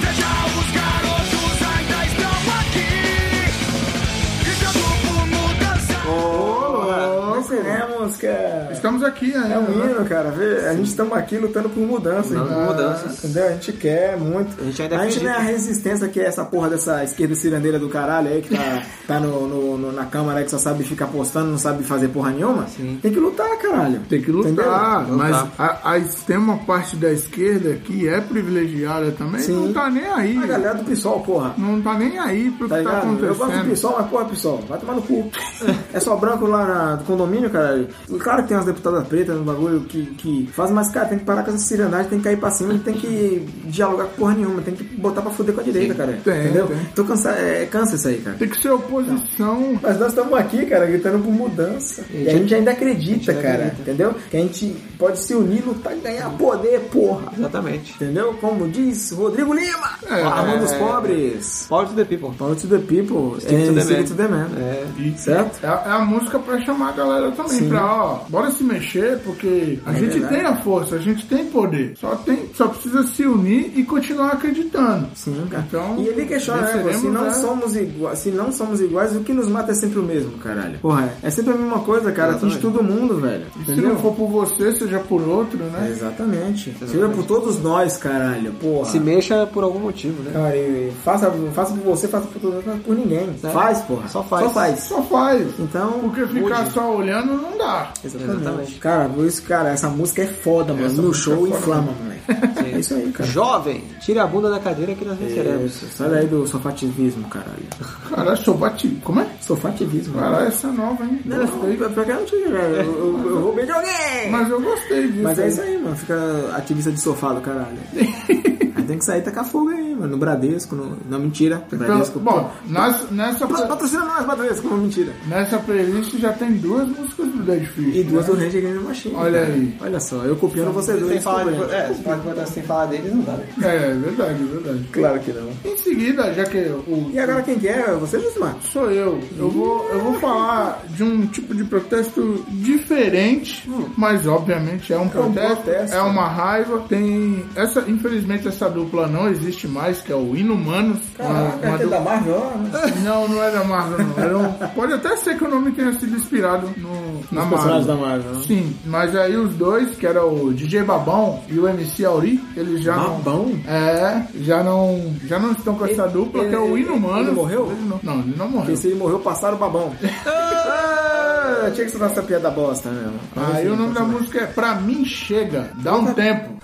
S4: Veja, os garotos ainda estão aqui. E seu grupo mudança.
S2: Venceremos, cara.
S1: Estamos aqui ainda.
S2: É um
S1: né?
S2: hino, cara. vê, A gente estamos aqui lutando por mudança.
S3: Lutando por
S2: Ah,
S3: mudanças.
S2: Entendeu? A gente quer muito.
S3: A gente ainda
S2: não é a
S3: acredita.
S2: resistência que é essa porra dessa esquerda cirandeira do caralho aí que tá, tá no, no- no- na câmara aí que só sabe ficar postando, não sabe fazer porra nenhuma. Tem que lutar, caralho.
S1: Tem que lutar,
S2: Entendeu?
S1: mas
S3: Lutar.
S1: a, a extrema parte da esquerda, que é privilegiada também,
S2: Sim.
S1: não tá nem aí.
S2: A galera do PSOL, porra.
S1: Não tá nem aí pro
S2: Tá
S1: que tá
S2: ligado? Eu gosto do
S1: acontecendo.
S2: PSOL, mas porra, PSOL, vai tomar no cu. é só branco lá na- no condomínio, caralho. O cara que tem umas deputadas pretas no bagulho que, que faz mais, cara, tem que parar com essa ciranagem, tem que cair pra cima, não tem que dialogar com porra nenhuma, tem que botar pra fuder com a direita, cara.
S1: Tem,
S2: entendeu?
S1: tem.
S2: Tô cansado, é, cansa isso aí, cara.
S1: Tem que ser oposição.
S2: Mas nós estamos aqui, cara, gritando por mudança. E a gente ainda acredita, cara, entendeu? Que a gente pode se unir, lutar e ganhar poder, porra.
S3: Exatamente.
S2: Entendeu? Como diz Rodrigo Lima,
S1: é,
S2: armando os pobres.
S3: Power to the people.
S2: Power to the people, stick
S3: to the man.
S2: to the man.
S3: É.
S2: Certo?
S1: É, é a música pra chamar a galera também,
S2: Sim. É
S1: pra ó, bora se mexer, porque a gente
S2: verdade.
S1: tem a força, a gente tem poder. Só, tem, só precisa se unir e continuar acreditando.
S2: Sim, cara.
S1: Então,
S2: e ele questiona, né? pô, Se
S1: venceremos,
S2: não,
S1: né?
S2: somos igua... se não somos iguais, o que nos mata é sempre o mesmo, caralho. Porra, é sempre a mesma coisa, cara. Atinge todo mundo, velho.
S1: Se
S2: Entendeu? É.
S1: não for por você, seja por outro, né?
S2: Exatamente. Tira por todos nós, caralho. Porra.
S3: Se mexa por algum motivo, né?
S2: Cara, e- e faça, faça por você, faça por todos nós, mas por ninguém. tá?
S3: É.
S2: Faz, porra.
S3: Só faz.
S2: Só faz.
S1: Só faz.
S2: Então,
S1: Porque ficar só olhando não dá.
S2: Exatamente.
S3: Exatamente.
S2: Cara, por isso, cara, essa música é foda, mano.
S1: Essa
S2: no
S1: música
S2: show
S1: é foda,
S2: inflama, moleque. É isso aí, cara. É
S3: Jovem, É tire a bunda da cadeira que nós venceremos.
S2: Isso, Sai daí do sofativismo, caralho.
S1: Cara, sou batido. Como é?
S2: Sofativismo.
S1: Cara, essa é nova, hein?
S2: Não,
S1: Gostei.
S2: pra é pra cá eu não tinha, cara. um né? Eu, eu, eu roubei de alguém! Mas,
S1: Mas eu gostei disso.
S2: é isso aí, mano. Fica ativista de sofá do caralho. aí tem que sair e tacar fogo aí, mano. No Bradesco, no... Não, mentira.
S1: Então,
S2: Bradesco.
S1: bom, nós, nessa,
S2: Pa- Patrocina nós, Bradesco. Não, mentira.
S1: nessa playlist já tem duas músicas do Dead Fish.
S2: E duas
S1: né?
S2: do Rage Against the Machine.
S1: Olha
S2: cara.
S1: aí.
S2: Olha só, eu copiando vocês dois.
S3: Sem falar de,
S2: descobrindo.
S3: é, se falar de importância sem falar deles, não dá. né?
S1: É, verdade, verdade.
S2: Claro que não.
S1: Em seguida, já que o
S2: E agora quem que é? Você, Jusmar?
S1: sou eu, eu vou, eu vou falar de um tipo de protesto diferente,
S2: Hum.
S1: mas obviamente é um protesto,
S2: protesto.
S1: é uma raiva. Tem essa, infelizmente essa dupla não existe mais, que é o Inumanos.
S2: Ah,
S1: Uma- uma dupla-
S2: Marvel, né?
S1: Não, não era Marvel, não. Era um- Pode até ser que o nome tenha sido inspirado no, na Marvel.
S2: personagens da Marvel, né?
S1: Sim, mas aí os dois, que era o DJ Babão e o MC Auri, eles já não-
S2: Babão?
S1: É, já não, já não estão com essa
S2: Ele-
S1: dupla, que é o
S2: ele-
S1: Inumanos.
S2: ele morreu?
S1: Ele não, não, ele não morreu.
S2: Porque se ele morreu, passaram o babão. ah, tinha que ser essa piada bosta, né?
S1: Aí o nome da música é Pra Mim Chega, Dá Um Tempo.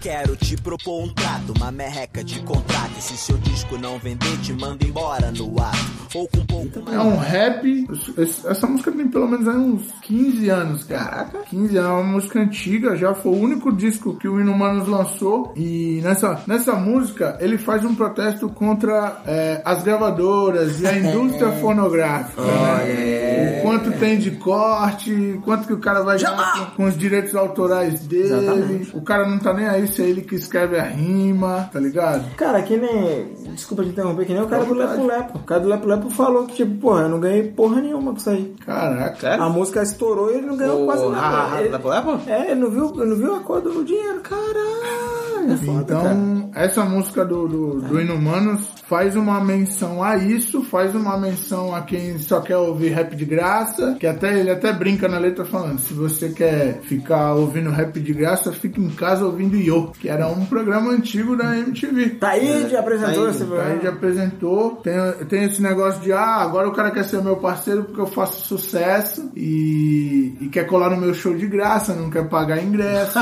S6: Quero te propor um trato, uma merreca de contrato. E se seu disco não vender, te manda embora no ato. Ou com um pouco mais.
S1: É um rap. Esse- Essa música tem pelo menos aí uns 15 anos, cara. 15 anos, é uma música antiga, já foi o único disco que o Inumanos lançou. E nessa, nessa música ele faz um protesto contra eh, as gravadoras e a indústria fonográfica. né? O quanto tem de corte, quanto que o cara vai ganhar com, com os direitos autorais dele. O cara não tá nem aí se é ele que escreve a rima, tá ligado?
S2: Cara, que nem. Desculpa te interromper, que nem o cara do Lepo Lepo. O cara do Lepo Lepo falou que, tipo, porra, eu não ganhei porra nenhuma com isso aí.
S1: Caraca.
S2: A música estourou e ele não ganhou quase nada. Ele-
S3: Lepo?
S2: É, ele não viu, ele não viu a cor do dinheiro, caralho. É foda, cara. É.
S1: Então, essa música do, do, do Inumanos faz uma menção a isso, faz uma menção a quem só quer ouvir rap de graça, que até ele até brinca na letra falando, se você quer ficar ouvindo rap de graça, fique em casa ouvindo Yo, que era um programa antigo da MTV.
S2: Tá. Taíde apresentou
S3: Taíde,
S2: esse
S1: Aí ele
S2: programa.
S1: apresentou, tem, tem esse negócio de ah, agora o cara quer ser meu parceiro porque eu faço sucesso e, e quer colar no meu show de graça, não quer pagar ingresso.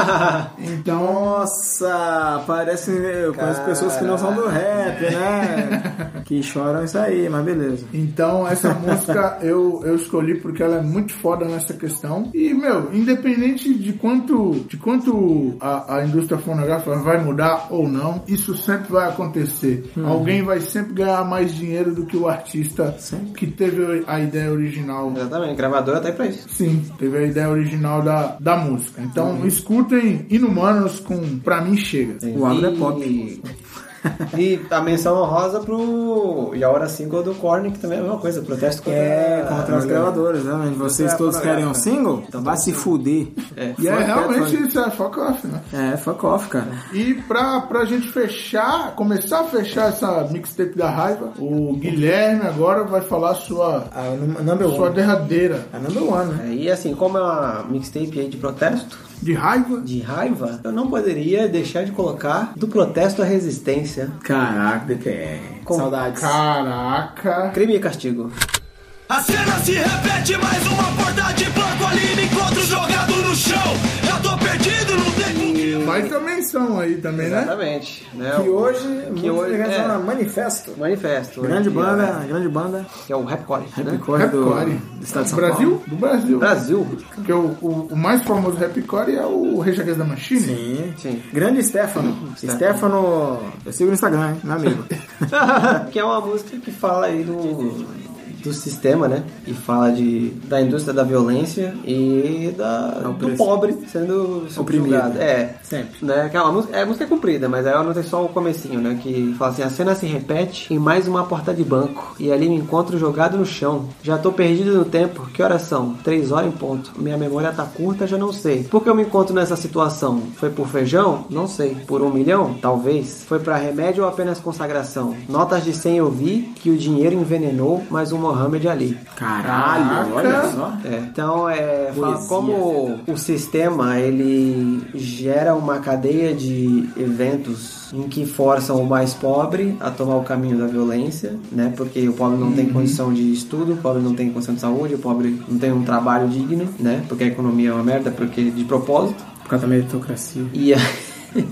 S1: então,
S2: Nossa, parece eu conheço pessoas que não são do rap, né? que choram isso aí, mas beleza.
S1: Então, essa música eu, eu escolhi porque ela é muito foda nessa questão. E, meu, independente de quanto, de quanto a, a indústria fonográfica vai mudar ou não, isso sempre vai acontecer. Alguém vai sempre ganhar mais dinheiro do que o artista
S2: Sempre.
S1: que teve a ideia original.
S3: Exatamente, gravadora tá aí pra isso.
S1: Sim, teve a ideia original da, da música. Então, escutem Inumanos com Pra Mim Chega.
S2: O agro é
S3: E-
S2: pop.
S3: E a menção honrosa pro Yaora Single do Korn, que também é a mesma coisa, protesto contra,
S2: É, contra as
S3: Olha.
S2: gravadoras, né? Mas Vocês
S3: Contra a
S2: todos querem um
S3: pornográfica.
S2: single? Então vai se fuder.
S3: É.
S1: E é
S2: Fuck
S1: realmente
S2: that,
S1: isso, é fuck off, né?
S2: É, fuck off, cara.
S1: E pra, pra gente fechar, começar a fechar essa mixtape da raiva, o Guilherme agora vai falar sua,
S2: A É num- number
S1: sua
S2: one.
S1: derradeira
S2: A number one, né?
S3: E assim, como é uma mixtape aí de protesto,
S1: de raiva.
S3: de raiva, eu não poderia deixar de colocar do protesto à resistência.
S2: Caraca, é? DPR.
S3: Com-
S2: Saudades.
S1: Caraca.
S3: Crime e castigo.
S6: A cena se repete, mais uma porta de banco ali. Me encontro jogado no chão. Eu tô perdido, não tem com que eu
S3: E-
S1: Baita menção aí também, né?
S3: Exatamente. Né?
S2: Que
S3: O-
S2: hoje,
S3: que hoje é,
S2: é. Manifesto.
S3: manifesto.
S2: Grande
S3: Que
S2: banda, grande banda.
S3: é- Que é o Rapcore, né?
S2: Rapcore
S1: Rapcore.
S2: do, do Estado de São Paulo.
S1: Brasil? Do Brasil.
S3: Brasil.
S1: Porque o, o- o mais famoso rapcore é o Reja da Machine.
S2: Sim.
S3: Sim.
S2: Grande Stefano. Stefano. Eu sigo no Instagram, hein? Meu amigo.
S3: que é uma música que fala aí do, do sistema, né? E fala de, da indústria da violência e da, do
S2: opressão.
S3: pobre sendo subjugado. É.
S2: Sempre.
S3: Né? Que é, uma, música- é, a música é comprida, mas aí eu anotei só o comecinho, né? Que fala assim, a cena se repete em mais uma porta de banco. E ali me encontro jogado no chão. Já tô perdido no tempo. Que horas são? Três horas em ponto. Minha memória tá curta, já não sei. Por que eu me encontro nessa situação? Foi por feijão? Não sei. Por um milhão? Talvez. Foi pra remédio ou apenas consagração? Notas de 100 eu vi que o dinheiro envenenou, mas o Mohamed Ali.
S2: Caralho, olha só.
S3: É, então é fala
S2: Poesia. né?
S3: como o sistema ele gera uma cadeia de eventos em que forçam o mais pobre a tomar o caminho da violência, né? Porque o pobre não tem
S2: Uhum.
S3: condição de estudo, o pobre não tem condição de saúde, o pobre não tem um trabalho digno, né? Porque a economia é uma merda, porque de propósito.
S2: Por causa da meritocracia.
S3: E aí,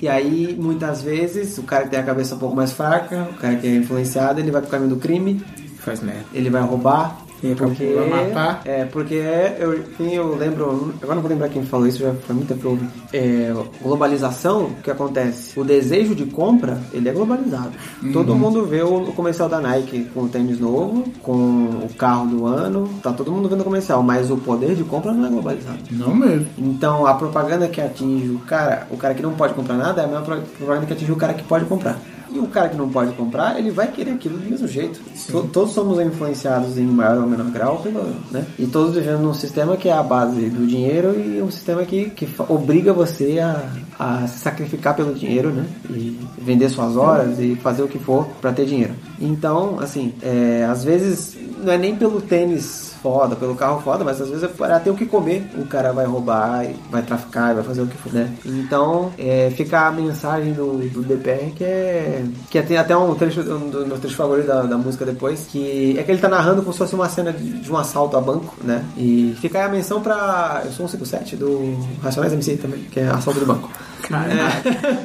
S3: e aí, muitas vezes, o cara que tem a cabeça um pouco mais fraca, o cara que é influenciado, ele vai pro caminho do crime,
S2: Faz merda.
S3: ele vai roubar.
S2: E
S3: Porque,
S2: vai matar.
S3: É, porque eu, quem eu lembro, agora não vou lembrar quem falou isso, já foi muita prova. É, globalização, o que acontece? O desejo de compra, ele é globalizado. Todo mundo vê o, o comercial da Nike com o tênis novo, com o carro do ano, tá todo mundo vendo o comercial, mas o poder de compra não é globalizado.
S1: Não mesmo.
S3: Então a propaganda que atinge o cara, o cara que não pode comprar nada, é a mesma pro- propaganda que atinge o cara que pode comprar. E o cara que não pode comprar, ele vai querer aquilo do mesmo jeito. To- todos somos influenciados em maior ou menor grau, pelo, né? E todos vivendo num sistema que é a base do dinheiro e um sistema que, que fa- obriga você a, a se sacrificar pelo dinheiro, né? E vender suas horas e fazer o que for pra ter dinheiro. Então, assim, é, às vezes não é nem pelo tênis foda, pelo carro foda, mas às vezes é para ter o que comer. O cara vai roubar, e vai traficar, e vai fazer o que for, né? Então, é, fica a mensagem do, do DPR que é. Que é- tem até um trecho, um dos meus trechos favoritos da, da música depois, que é que ele tá narrando como se fosse uma cena de, de um assalto a banco, né? E fica aí a menção pra. Eu sou um 57 do Racionais MC também, que é assalto do banco.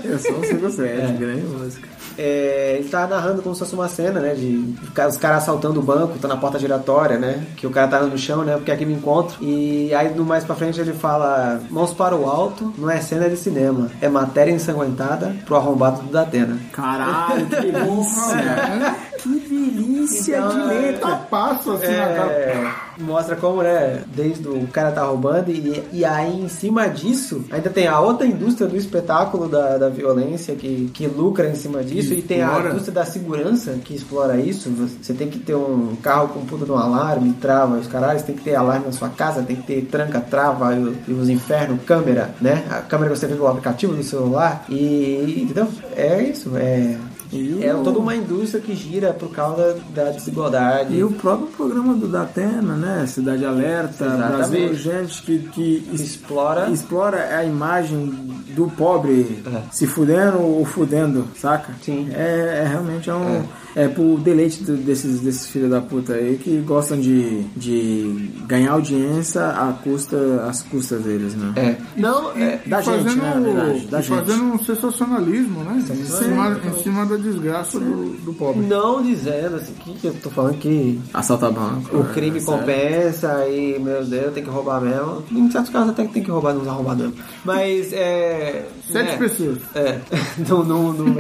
S2: Eu sou um 57, grande música.
S3: É, ele tá narrando como se fosse uma cena, né? De de ca- os caras assaltando o banco, tá na porta giratória, né? Que o cara tá no chão, né? Porque aqui me encontro. E aí, no mais pra frente, ele fala: Mãos para o alto, não é cena de cinema, é matéria ensanguentada pro arrombado do Datena.
S2: Caralho, que delícia.
S1: É.
S2: que delícia de letra.
S1: Tá passo assim na
S2: né,
S1: cara.
S3: É, mostra como, né? Desde o cara tá roubando, e, e aí em cima disso, ainda tem a outra indústria do espetáculo da, da violência que, que lucra em cima disso, e, tem a
S1: explora.
S3: indústria da segurança que explora isso. Você tem que ter um carro com puta de um alarme, trava, os caralhos, tem que ter alarme na sua casa, tem que ter tranca, trava, e o- e os infernos, câmera, né? A câmera que você vê no aplicativo do celular, e entendeu? É isso, é.
S2: E
S3: É
S2: o-
S3: toda uma indústria que gira por causa da desigualdade.
S2: E o próprio programa do Datena, né? Cidade Alerta,
S3: Exatamente.
S2: Brasil Urgente, que, que es-
S3: explora.
S2: explora a imagem do pobre
S3: É.
S2: se fudendo ou fudendo, saca?
S3: Sim.
S2: É, é realmente é um. É, pro deleite do- desses, desses filhos da puta aí que gostam de, de ganhar audiência à custa, às custas deles, né?
S3: É. Não,
S1: E,
S3: é.
S1: e
S2: da gente,
S1: fazendo,
S2: né, na verdade, da
S1: e fazendo
S2: gente.
S1: um sensacionalismo, né? Em cima, em cima da desgraça do, do pobre.
S3: Não dizendo assim, que, que eu tô falando que
S2: Assalta banco.
S3: o
S2: é,
S3: crime
S2: sabe?
S3: compensa e, meu Deus, tem que roubar mesmo. Em certos casos até que tem que roubar nos arrombadores. Mas é.
S1: Sete
S3: né?
S1: pessoas.
S3: É, não, não, não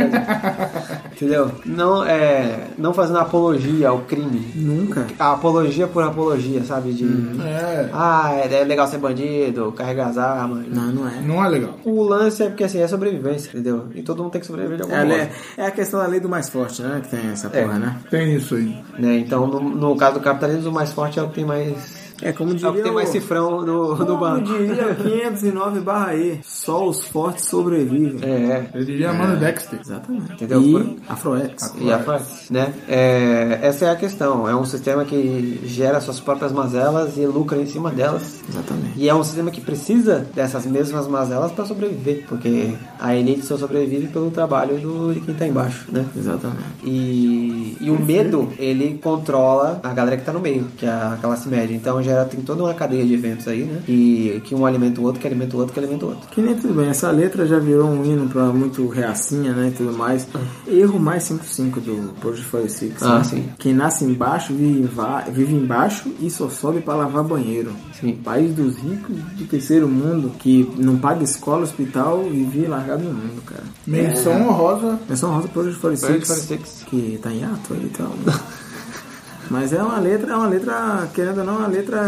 S3: entendeu? Não, é, não fazendo apologia ao crime.
S2: Nunca. Uhum.
S3: A apologia por apologia, sabe? De,
S1: É.
S3: ah, é legal ser bandido, carregar as armas.
S2: Não, não é.
S1: Não é legal.
S3: O lance é porque assim, é sobrevivência, entendeu? E todo mundo tem que sobreviver de
S2: É
S3: alguma
S2: a,
S3: forma.
S2: lei- é a questão da lei do mais forte, né? Que tem essa
S3: É.
S2: porra, né?
S1: Tem isso aí.
S3: né? Então, no, no caso do capitalismo, o mais forte é o que tem mais.
S2: É como
S3: É o que
S2: diria
S3: tem mais
S2: o-
S3: cifrão no, no
S2: Como
S3: banco.
S2: diria 509 barra E, só os fortes sobrevivem.
S3: É,
S1: Eu diria Mano Dexter.
S2: Exatamente.
S3: Entendeu?
S2: E Afroex.
S3: e a frase, né? É, essa é a questão. É um sistema que gera suas próprias mazelas e lucra em cima delas.
S2: Exatamente.
S3: E é um sistema que precisa dessas mesmas mazelas para sobreviver, porque a elite só sobrevive pelo trabalho do, de quem tá embaixo, né?
S2: Exatamente.
S3: E, e o medo, ele controla a galera que tá no meio, que é a classe média. Então gera, tem toda uma cadeia de eventos aí, né? E que um alimenta o outro, que alimenta o outro, que alimenta o outro.
S2: Que nem tudo bem, essa letra já virou um hino pra muito reacinha, né, e tudo mais. Erro mais 55 do Project 46.
S3: Ah,
S2: né?
S3: sim.
S2: Quem nasce embaixo vive, em va- vive embaixo e só sobe pra lavar banheiro.
S3: Sim.
S2: País dos ricos do terceiro mundo que não paga escola, hospital e vive largado no mundo, cara. É.
S1: Menção honrosa.
S2: Menção rosa Project
S3: Project
S2: 46,
S3: 46.
S2: que tá em ato aí e tal. né? Mas é uma letra, é uma letra, querendo ou não, é uma letra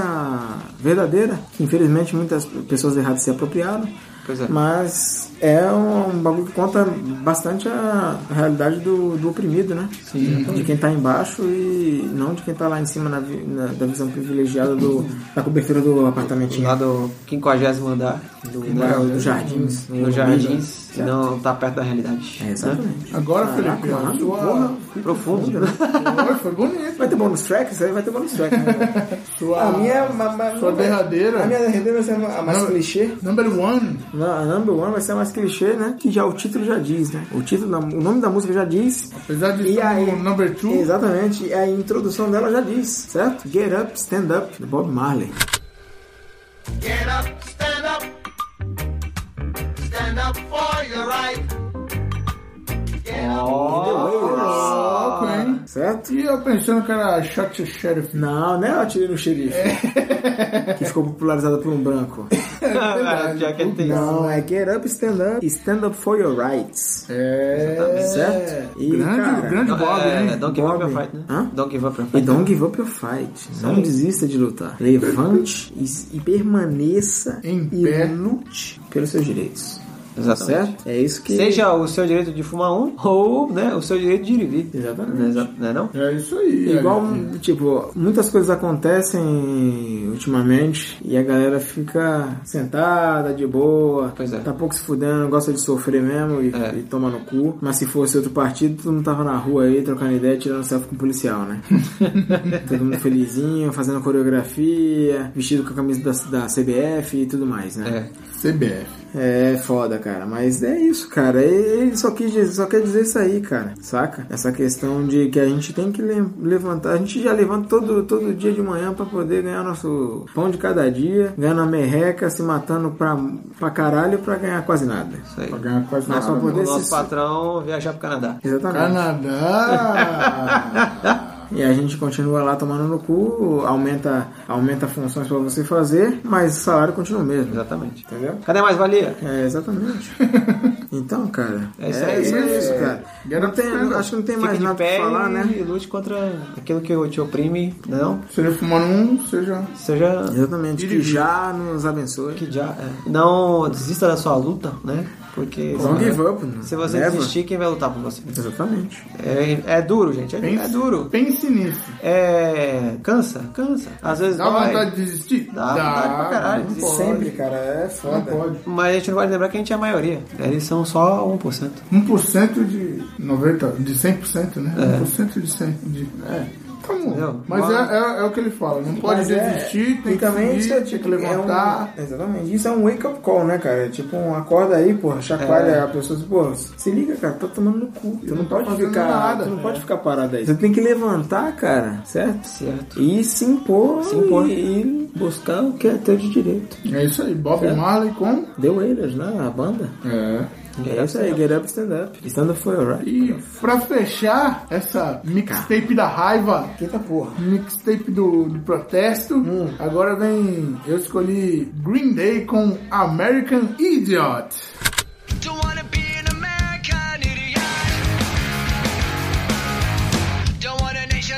S2: verdadeira. que Infelizmente muitas pessoas erradas se apropriaram.
S3: Pois é.
S2: Mas é um bagulho que conta bastante a realidade do, do oprimido, né? Sim. De quem tá embaixo e não de quem tá lá em cima na, vi- na- da visão privilegiada do, da cobertura do apartamentinho.
S3: Lá do 50 andar do,
S2: andar, dos jardins.
S3: Dos jardins, que não tá perto da realidade.
S2: É, exatamente.
S1: Agora,
S2: Caraca,
S1: Felipe, a
S2: mano,
S1: sua,
S3: Né? Profundo.
S1: Oi, foi bonito.
S2: Vai ter bonus track? Isso aí vai ter bonus track. Né?
S1: Sua,
S2: A minha, ma- ma-
S1: sua
S2: não,
S1: derradeira.
S2: A minha derradeira vai ser a mais
S1: Não.
S2: clichê.
S1: Number one.
S2: Não, A number one vai ser a mais clichê, né? Que já o título já diz, né? O título, da- o nome da música já diz.
S1: Apesar de ser um number two.
S2: Exatamente. E a introdução dela já diz, certo? Get Up, Stand Up, do Bob Marley.
S4: Get up, stand up. Stand up for your right.
S1: Louco, hein?
S2: Certo?
S1: E eu pensando que era Shot the Sheriff.
S2: Não, né? Eu atirei no xerife.
S3: É,
S2: que ficou popularizada por um branco.
S3: é, Já que ele tem
S2: Não, é Get Up, Stand Up, Stand Up for Your Rights.
S1: um, né? É.
S2: Certo? E,
S1: grande,
S2: cara,
S1: grande Bob,
S3: é,
S1: hein?
S3: Don't give up
S2: Bob.
S3: your fight, né?
S2: Hã?
S3: Don't give up your
S2: E
S3: fight.
S2: don't give up your fight. Não desista de lutar. Levante e, e permaneça
S1: Em
S2: e
S1: pé.
S2: lute pelos seus direitos.
S3: Exatamente.
S2: Certo? É isso que.
S3: Seja o seu direito de fumar um ou né, o seu direito de ir e vir.
S2: Exatamente.
S3: Não é exa- Não é não?
S1: É isso aí.
S2: Igual,
S1: olha.
S2: tipo, muitas coisas acontecem ultimamente e a galera fica sentada, de boa,
S3: Pois é.
S2: tá pouco se fudendo, gosta de sofrer mesmo e,
S3: É.
S2: e toma no cu. Mas se fosse outro partido, todo mundo tava na rua aí, trocando ideia, tirando selfie com o policial, né? todo mundo felizinho, fazendo coreografia, vestido com a camisa da, da CBF e tudo mais, né?
S3: É.
S1: CBF.
S2: É foda, cara, mas é isso, cara. Ele só, quis dizer, só quer dizer isso aí, cara, saca? Essa questão de que a gente tem que le- levantar. A gente já levanta todo, todo dia de manhã pra poder ganhar nosso pão de cada dia, ganhando a merreca, se matando pra, pra caralho pra ganhar quase nada.
S3: Isso aí.
S1: Pra ganhar quase
S2: Mas
S1: nada.
S2: só
S3: O
S2: poder
S3: nosso
S2: se.
S3: patrão viajar pro Canadá.
S1: Ah,
S2: Exatamente.
S1: Canadá.
S2: E a gente continua lá tomando no cu, aumenta, aumenta funções pra você fazer, mas o salário continua o mesmo.
S3: Exatamente.
S2: Entendeu?
S3: Cadê mais valia?
S2: É, exatamente. então, cara.
S3: É isso aí, é
S2: isso,
S1: isso.
S2: cara.
S1: Get
S2: Não
S1: up,
S2: tem-
S1: stand up.
S2: acho que não tem
S3: Fica
S2: mais
S3: de
S2: nada
S3: pé
S2: pra falar,
S3: e
S2: né?
S3: lute contra aquilo que te oprime, não?
S1: seja fumando um, seja.
S3: Seja
S2: Exatamente. Que
S1: Dirigir.
S2: já nos abençoe.
S3: que já é. não desista da sua luta, né? Porque
S2: Don't give up. né?
S3: se você
S2: Leva.
S3: desistir, quem vai lutar por você?
S2: Exatamente.
S3: É, é duro, gente. É,
S1: Pense,
S3: é duro.
S1: Pense nisso.
S3: É cansa, cansa. Às vezes
S1: Dá
S3: dói,
S1: vontade de desistir?
S3: Dá vontade pra caralho.
S1: não pode.
S2: Sempre, cara, é foda.
S1: Pode.
S3: mas a gente não vai lembrar que a gente é a maioria. Eles são só 1%.
S1: 1% de 90, de 100%, né? 1% de 100, de, é. Tá bom.
S3: Entendeu?
S1: Mas,
S3: Mas-
S1: é, é, é o que ele fala, não pode
S2: Mas é,
S1: desistir, tem que
S2: tecnicamente,
S1: subir,
S2: é
S1: tem que
S2: tipo, é um-
S1: levantar.
S2: exatamente. Isso é um wake-up call, né, cara? É tipo um acorda aí, porra, chacoalha
S1: É.
S2: a pessoa. tipo, Pô, se liga, cara, tá tomando no cu. Tu não, pode
S1: fazendo
S2: ficar.
S1: nada. é.
S2: Tu não pode ficar parado aí. Você tem que levantar, cara, certo?
S3: Certo.
S2: E se impor,
S3: Se impor.
S2: E, e buscar o que é teu de direito.
S1: É isso aí, Bob Marley com...
S2: Deu eles, né? A banda.
S1: É.
S2: É isso aí, get up, stand up. Stand up for your right.
S1: E pra fechar essa mixtape da raiva,
S2: Eita porra. Hum.
S1: mixtape do, do protesto, agora vem... Eu escolhi Green Day com American Idiot.
S7: Don't wanna be an American idiot. Don't want a nation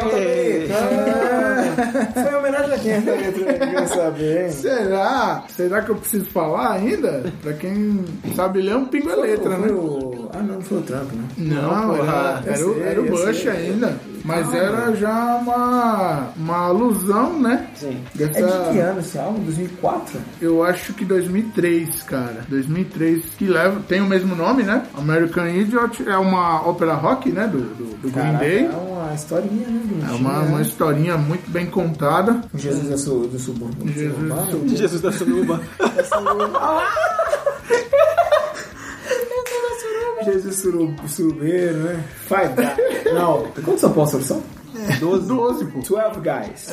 S7: agenda.
S2: Ah, Foi homenagem a quem essa letra? Eu queria saber, hein?
S1: Será? Será que eu preciso falar ainda? Pra quem sabe ler um pingo a letra, né?
S2: Foi o... Ah, não, foi o Trump, né?
S1: Não, era,
S2: eu
S1: era, o-
S2: sei,
S1: era o
S2: eu
S1: Bush
S2: sei.
S1: ainda. Mas era já uma, uma alusão, né?
S3: Sim.
S1: Dessa,
S2: É de que ano esse álbum? 2004?
S1: Eu acho que 2003, cara. 2003, que leva, tem o mesmo nome, né? American Idiot é uma ópera rock, né? Do, do, do Green
S2: Caraca,
S1: Day.
S2: É uma historinha, né?
S1: É
S2: bonitinha,
S1: uma, uma
S2: né?
S1: historinha muito bem contada.
S2: Jesus é su- do subúrbio.
S1: Jesus do
S2: Suburbano?
S3: Jesus da Suruba.
S2: Jesus suru- surubeiro, né? Five guys. Não. Quantos são Paulo são?
S1: 12, pô.
S2: 12 guys.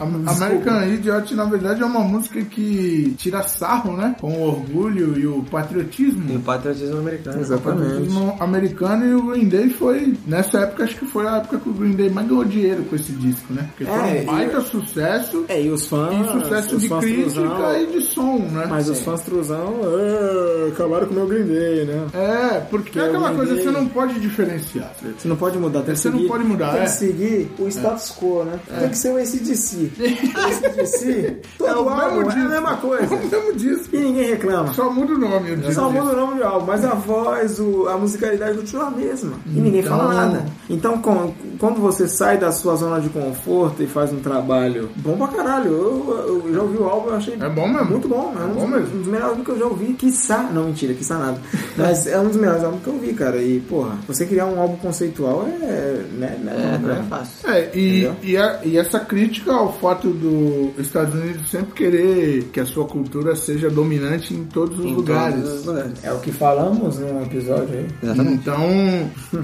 S1: American Idiot, na verdade, é uma música que tira sarro, né? Com o orgulho e o patriotismo.
S3: E o patriotismo americano.
S1: Patriotismo um americano e o Green Day foi, nessa época, acho que foi a época que o Green Day mais ganhou dinheiro com esse disco, né? Porque foi
S2: É,
S1: um baita sucesso
S2: É, e os fãs.
S1: e sucesso
S2: os
S1: de
S2: fãs
S1: crítica
S2: truzão,
S1: e de som, né?
S2: Mas os fãs truzão é, acabaram com o meu Green Day, né?
S1: É, porque é
S2: o
S1: aquela
S2: Green
S1: coisa que
S2: Day-
S1: você não pode diferenciar.
S2: Você não pode mudar, tem que
S1: Você não
S2: seguir-
S1: pode mudar,
S2: Tem
S1: é.
S2: que seguir o status quo, né? Tem que ser o ACDC. O ACDC, todo
S1: É o
S2: álbum
S1: mesmo
S2: é a
S1: disco.
S2: mesma
S1: É
S2: coisa.
S1: o mesmo disco.
S2: E ninguém reclama.
S1: Só muda o nome. Eu
S2: Só
S1: digo.
S2: muda o nome do álbum, mas a voz, o- a musicalidade continua a mesma. E ninguém fala nada. Então, com- quando você sai da sua zona de conforto e faz um trabalho bom pra caralho, eu, eu já ouvi o álbum, eu achei
S1: É bom mesmo.
S2: muito bom. É, um,
S1: bom
S2: dos-
S1: mesmo.
S2: um dos melhores álbuns que eu já ouvi. Quiçá, não, mentira, quiçá nada. Mas é um dos melhores álbuns que eu ouvi, cara. E, porra, você criar um álbum conceitual é. Né, né,
S3: É, não é fácil.
S1: É, e,
S2: Entendeu?
S1: e, a- e essa crítica ao fato dos Estados Unidos sempre querer que a sua cultura seja dominante em todos os lugares.
S3: Todos os lugares.
S2: É o que falamos num episódio aí.
S3: Exatamente.
S1: Então,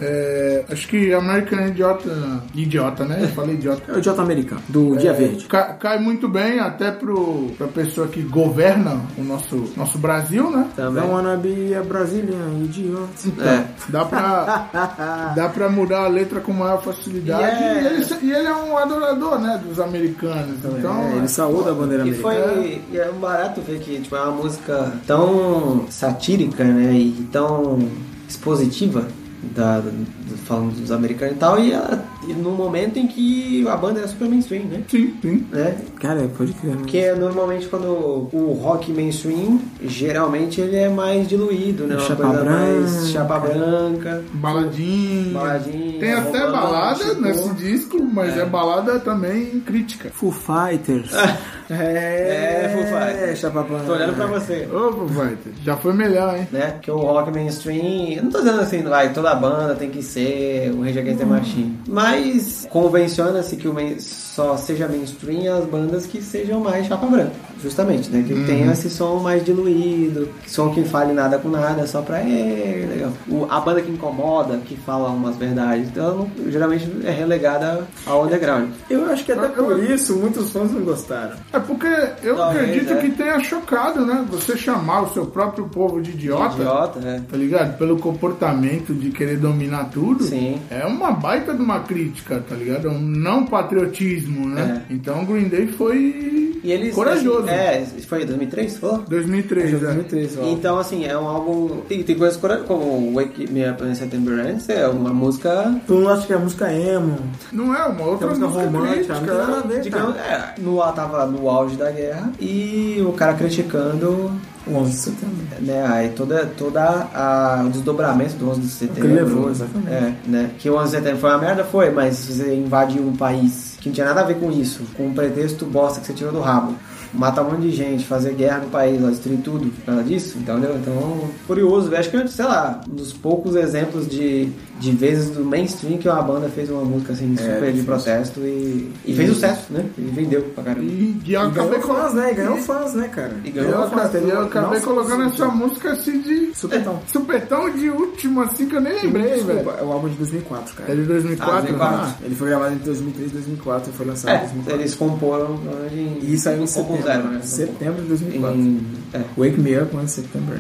S1: é, acho que American Idiota. Idiota, né? Eu falei idiota.
S2: É o Idiota Americano, do Dia Verde.
S1: Ca- cai muito bem até pro, pra pessoa que governa o nosso, nosso Brasil, né?
S3: Também.
S2: Não wanna be a Brazilian, é idiota.
S3: É.
S1: Dá pra, dá pra mudar a letra com maior facilidade.
S2: E é-
S1: E, ele, se- e ele é um adorador, né? Dos americanos. Então,
S2: é, ele saúda a bandeira
S3: E
S2: americana.
S3: foi e é barato ver que tipo, é uma música tão satírica, né? E tão expositiva, da, do- falando dos americanos e tal, e, ela, e no momento em que a banda é super mainstream, né?
S1: sim, sim.
S3: né?
S2: Cara, pode crer. né?
S3: Porque é normalmente quando o rock mainstream, geralmente ele é mais diluído, né? Uma
S2: Chapa
S3: coisa
S2: branca.
S3: mais chapa branca.
S1: Baladinha.
S3: Baladinha,
S1: Tem até
S3: romântico.
S1: balada nesse disco, mas é. balada também crítica.
S2: Foo Fighters.
S3: É, Foo Fighters.
S2: É, Chapapá.
S3: Tô olhando pra você.
S1: Ô, Foo Fighters, já foi melhor, hein?
S3: Né? Que o rock mainstream, eu não tô dizendo assim, vai, toda banda tem que ser o Rage Against the Machine, mas convenciona-se que o main- só seja mainstream as bandas que sejam mais chapa branca, justamente, né? Que tenham esse som mais diluído, que som que fale nada com nada, só pra é, legal. O- a banda que incomoda, que fala umas verdades, então ela não- geralmente é relegada ao underground.
S2: Eu acho que até por isso muitos fãs não gostaram.
S1: É porque eu
S3: Talvez,
S1: acredito
S3: é.
S1: que tenha chocado, né? Você chamar o seu próprio povo de idiota,
S3: Idiota, né?
S1: tá ligado? Pelo comportamento de querer dominar tudo.
S3: Sim.
S1: É uma baita de uma crítica, tá ligado? É Um não patriotismo, né? Então o Green Day foi
S3: É. E eles.
S1: corajoso.
S3: assim, é, foi 2003? Foi?
S1: 2003, né?
S3: Então, assim, é um álbum. Tem, tem coisas cora- como Wake Me Up in September Ends, é uma música.
S2: Tu não acha que a música é emo?
S1: Não é uma outra
S2: Música
S1: música,
S2: romântica,
S1: crítica,
S2: não tem nada a
S1: né?
S2: ver, cara.
S3: Digamos, é, no, ela tava no auge da guerra e o cara criticando.
S2: O 11 de setembro.
S3: Né, aí toda, toda a, o desdobramento do 11 de setembro.
S2: que levou, exatamente.
S3: É, né, que o 11 de setembro foi uma merda, foi, mas você invadiu um país que não tinha nada a ver com isso, com um pretexto bosta que você tirou do rabo. Matar um monte de gente, fazer guerra no país, ó, destruir tudo por causa disso, entendeu? Então, curioso, velho. acho que, sei lá, um dos poucos exemplos de, de vezes do mainstream que uma banda fez uma música assim,
S2: É,
S3: super de protesto e, e fez sucesso, né? E vendeu pra caramba.
S1: E, e eu Então, acabei
S2: Ganhou
S1: colo-
S2: fãs, né? Ganhou fãs, né, cara?
S3: E ganhou
S1: Eu,
S2: Ganhou fãs.
S1: acabei,
S2: teve
S1: eu
S2: uma-
S1: acabei
S2: Nossa,
S1: colocando
S2: sim.
S1: essa música assim de
S2: Supetão.
S1: supetão de último, assim que eu nem lembrei, velho.
S2: Desculpa, é o álbum de 2004,
S1: É
S2: cara.
S1: de 2004,
S3: Ah, 2004.
S1: né?
S2: Ele foi gravado entre 2003 e 2004 e foi lançado em
S3: É,
S2: 2004.
S3: eles comporam né, em-
S2: E isso aí em
S3: um pouco zero,
S2: setembro.
S3: né?
S2: Setembro de 2004.
S3: Em, é.
S2: Wake Me Up né? on September.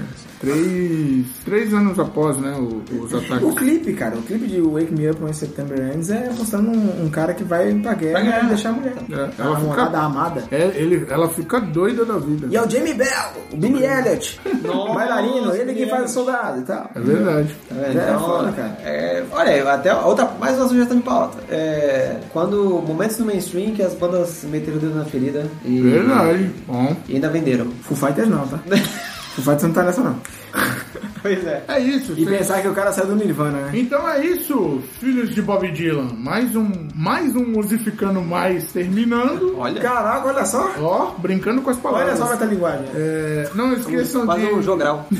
S1: Três, três anos após, né, o- os
S2: O
S1: ataques.
S2: clipe, cara, o clipe de Wake Me Up When September Ends é mostrando um, um cara que vai pra guerra,
S3: Pra guerra.
S2: e deixar a mulher.
S1: É,
S2: a
S1: ela
S2: namorada
S1: fica,
S2: amada.
S1: é, ele, ela fica doida da vida.
S2: E é o Jamie Bell, o Billy Elliot,
S3: Nossa,
S2: o bailarino, ele
S3: Billy
S2: que faz
S3: Elliot.
S2: o soldado e tal.
S1: É verdade.
S3: Tá vendo?
S2: É,
S3: Então,
S2: foda, cara.
S3: é, olha, até outra, mais uma sugestão de pauta. É, quando momentos no mainstream que as bandas meteram o dedo na ferida e,
S1: É Verdade. Bom.
S3: e ainda venderam.
S2: Foo Fighters não, tá? Foo Fighters não tá nessa não.
S3: Pois é.
S1: É isso.
S2: E
S1: cê-
S2: pensar que o cara saiu do Nirvana, né?
S1: Então é isso, filhos de Bob Dylan. Mais um, mais um musificando mais terminando.
S3: Olha,
S2: Caraca, olha só.
S1: Ó, brincando com as
S2: Olha tá-
S1: palavras.
S2: só a linguagem.
S3: um
S1: É, não esqueçam
S3: quase
S1: de
S3: um jogral.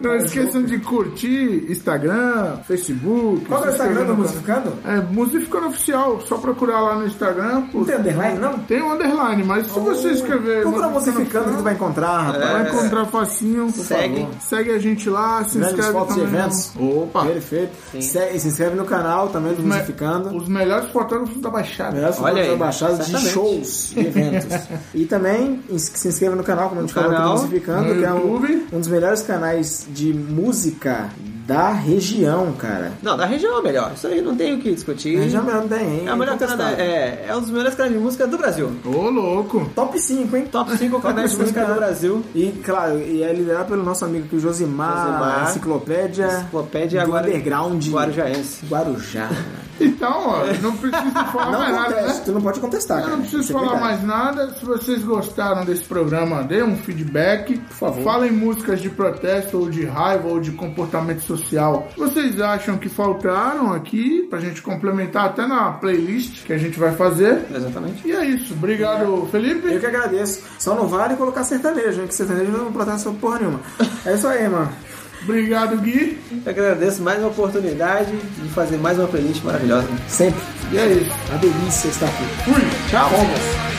S1: Não esqueçam de curtir Instagram, Facebook.
S2: Qual é o
S1: se inscrever
S2: Instagram do
S1: no
S2: Musificando?
S1: canal. É Musificando Oficial. Só procurar lá no Instagram.
S2: Não
S1: por-
S2: tem underline, não?
S1: Tem um underline, mas se você escrever.
S2: Procura
S1: Musificando
S2: Musificando que tu vai encontrar, rapaz.
S1: Vai encontrar facinho.
S3: Segue.
S1: Por favor. Segue a gente lá, se
S2: Grandes
S1: inscreve
S2: fotos e
S1: também.
S2: eventos.
S1: Opa!
S3: É.
S2: Perfeito. Se, se inscreve no canal também do
S1: Me-
S2: Musificando.
S1: Os melhores fotógrafos da Baixada.
S2: Melhores
S3: Olha aí,
S2: fotos baixadas de
S3: exatamente.
S2: shows e eventos. e também ins- se inscreva no canal, como a gente falou aqui do
S3: canal,
S2: Musificando,
S1: no
S2: que é um,
S1: YouTube.
S2: um dos melhores canais de música da região, cara.
S3: Não, da região é o melhor. Isso aí não tem o que discutir.
S2: A região melhor não tem, hein?
S3: É, o melhor canal da-
S2: Incontestável.
S3: é, é um dos melhores canais de música do Brasil.
S1: Ô, louco!
S2: Top 5, hein?
S3: Top 5 canais de música do Brasil.
S2: E, claro, e é liderado pelo nosso amigo aqui, Josimar,
S3: Josimar.
S2: Enciclopédia,
S3: é. Enciclopédia
S2: do
S3: agora-
S2: Underground
S3: Guarujaense.
S2: Guarujá.
S1: Então, ó, não preciso falar
S2: não
S1: mais nada,
S2: conteste,
S1: né?
S2: tu não pode contestar,
S1: Eu
S2: cara.
S1: não preciso
S2: Isso é
S1: falar
S2: verdade.
S1: mais nada. Se vocês gostaram desse programa, dê um feedback. Por
S2: favor.
S1: Falem músicas de protesto, ou de raiva, ou de comportamento social. Vocês acham que faltaram aqui pra gente complementar até na playlist que a gente vai fazer.
S3: Exatamente.
S1: E é isso. Obrigado, Felipe.
S2: Eu que agradeço. Só não vale colocar sertanejo, hein? Que sertanejo não protesta sobre porra nenhuma. É isso aí, mano.
S1: Obrigado, Gui.
S3: Eu agradeço mais uma oportunidade de fazer mais uma playlist maravilhosa.
S2: Sempre.
S1: E é isso.
S2: A delícia está aqui.
S1: Fui. Tchau.
S2: Palmas.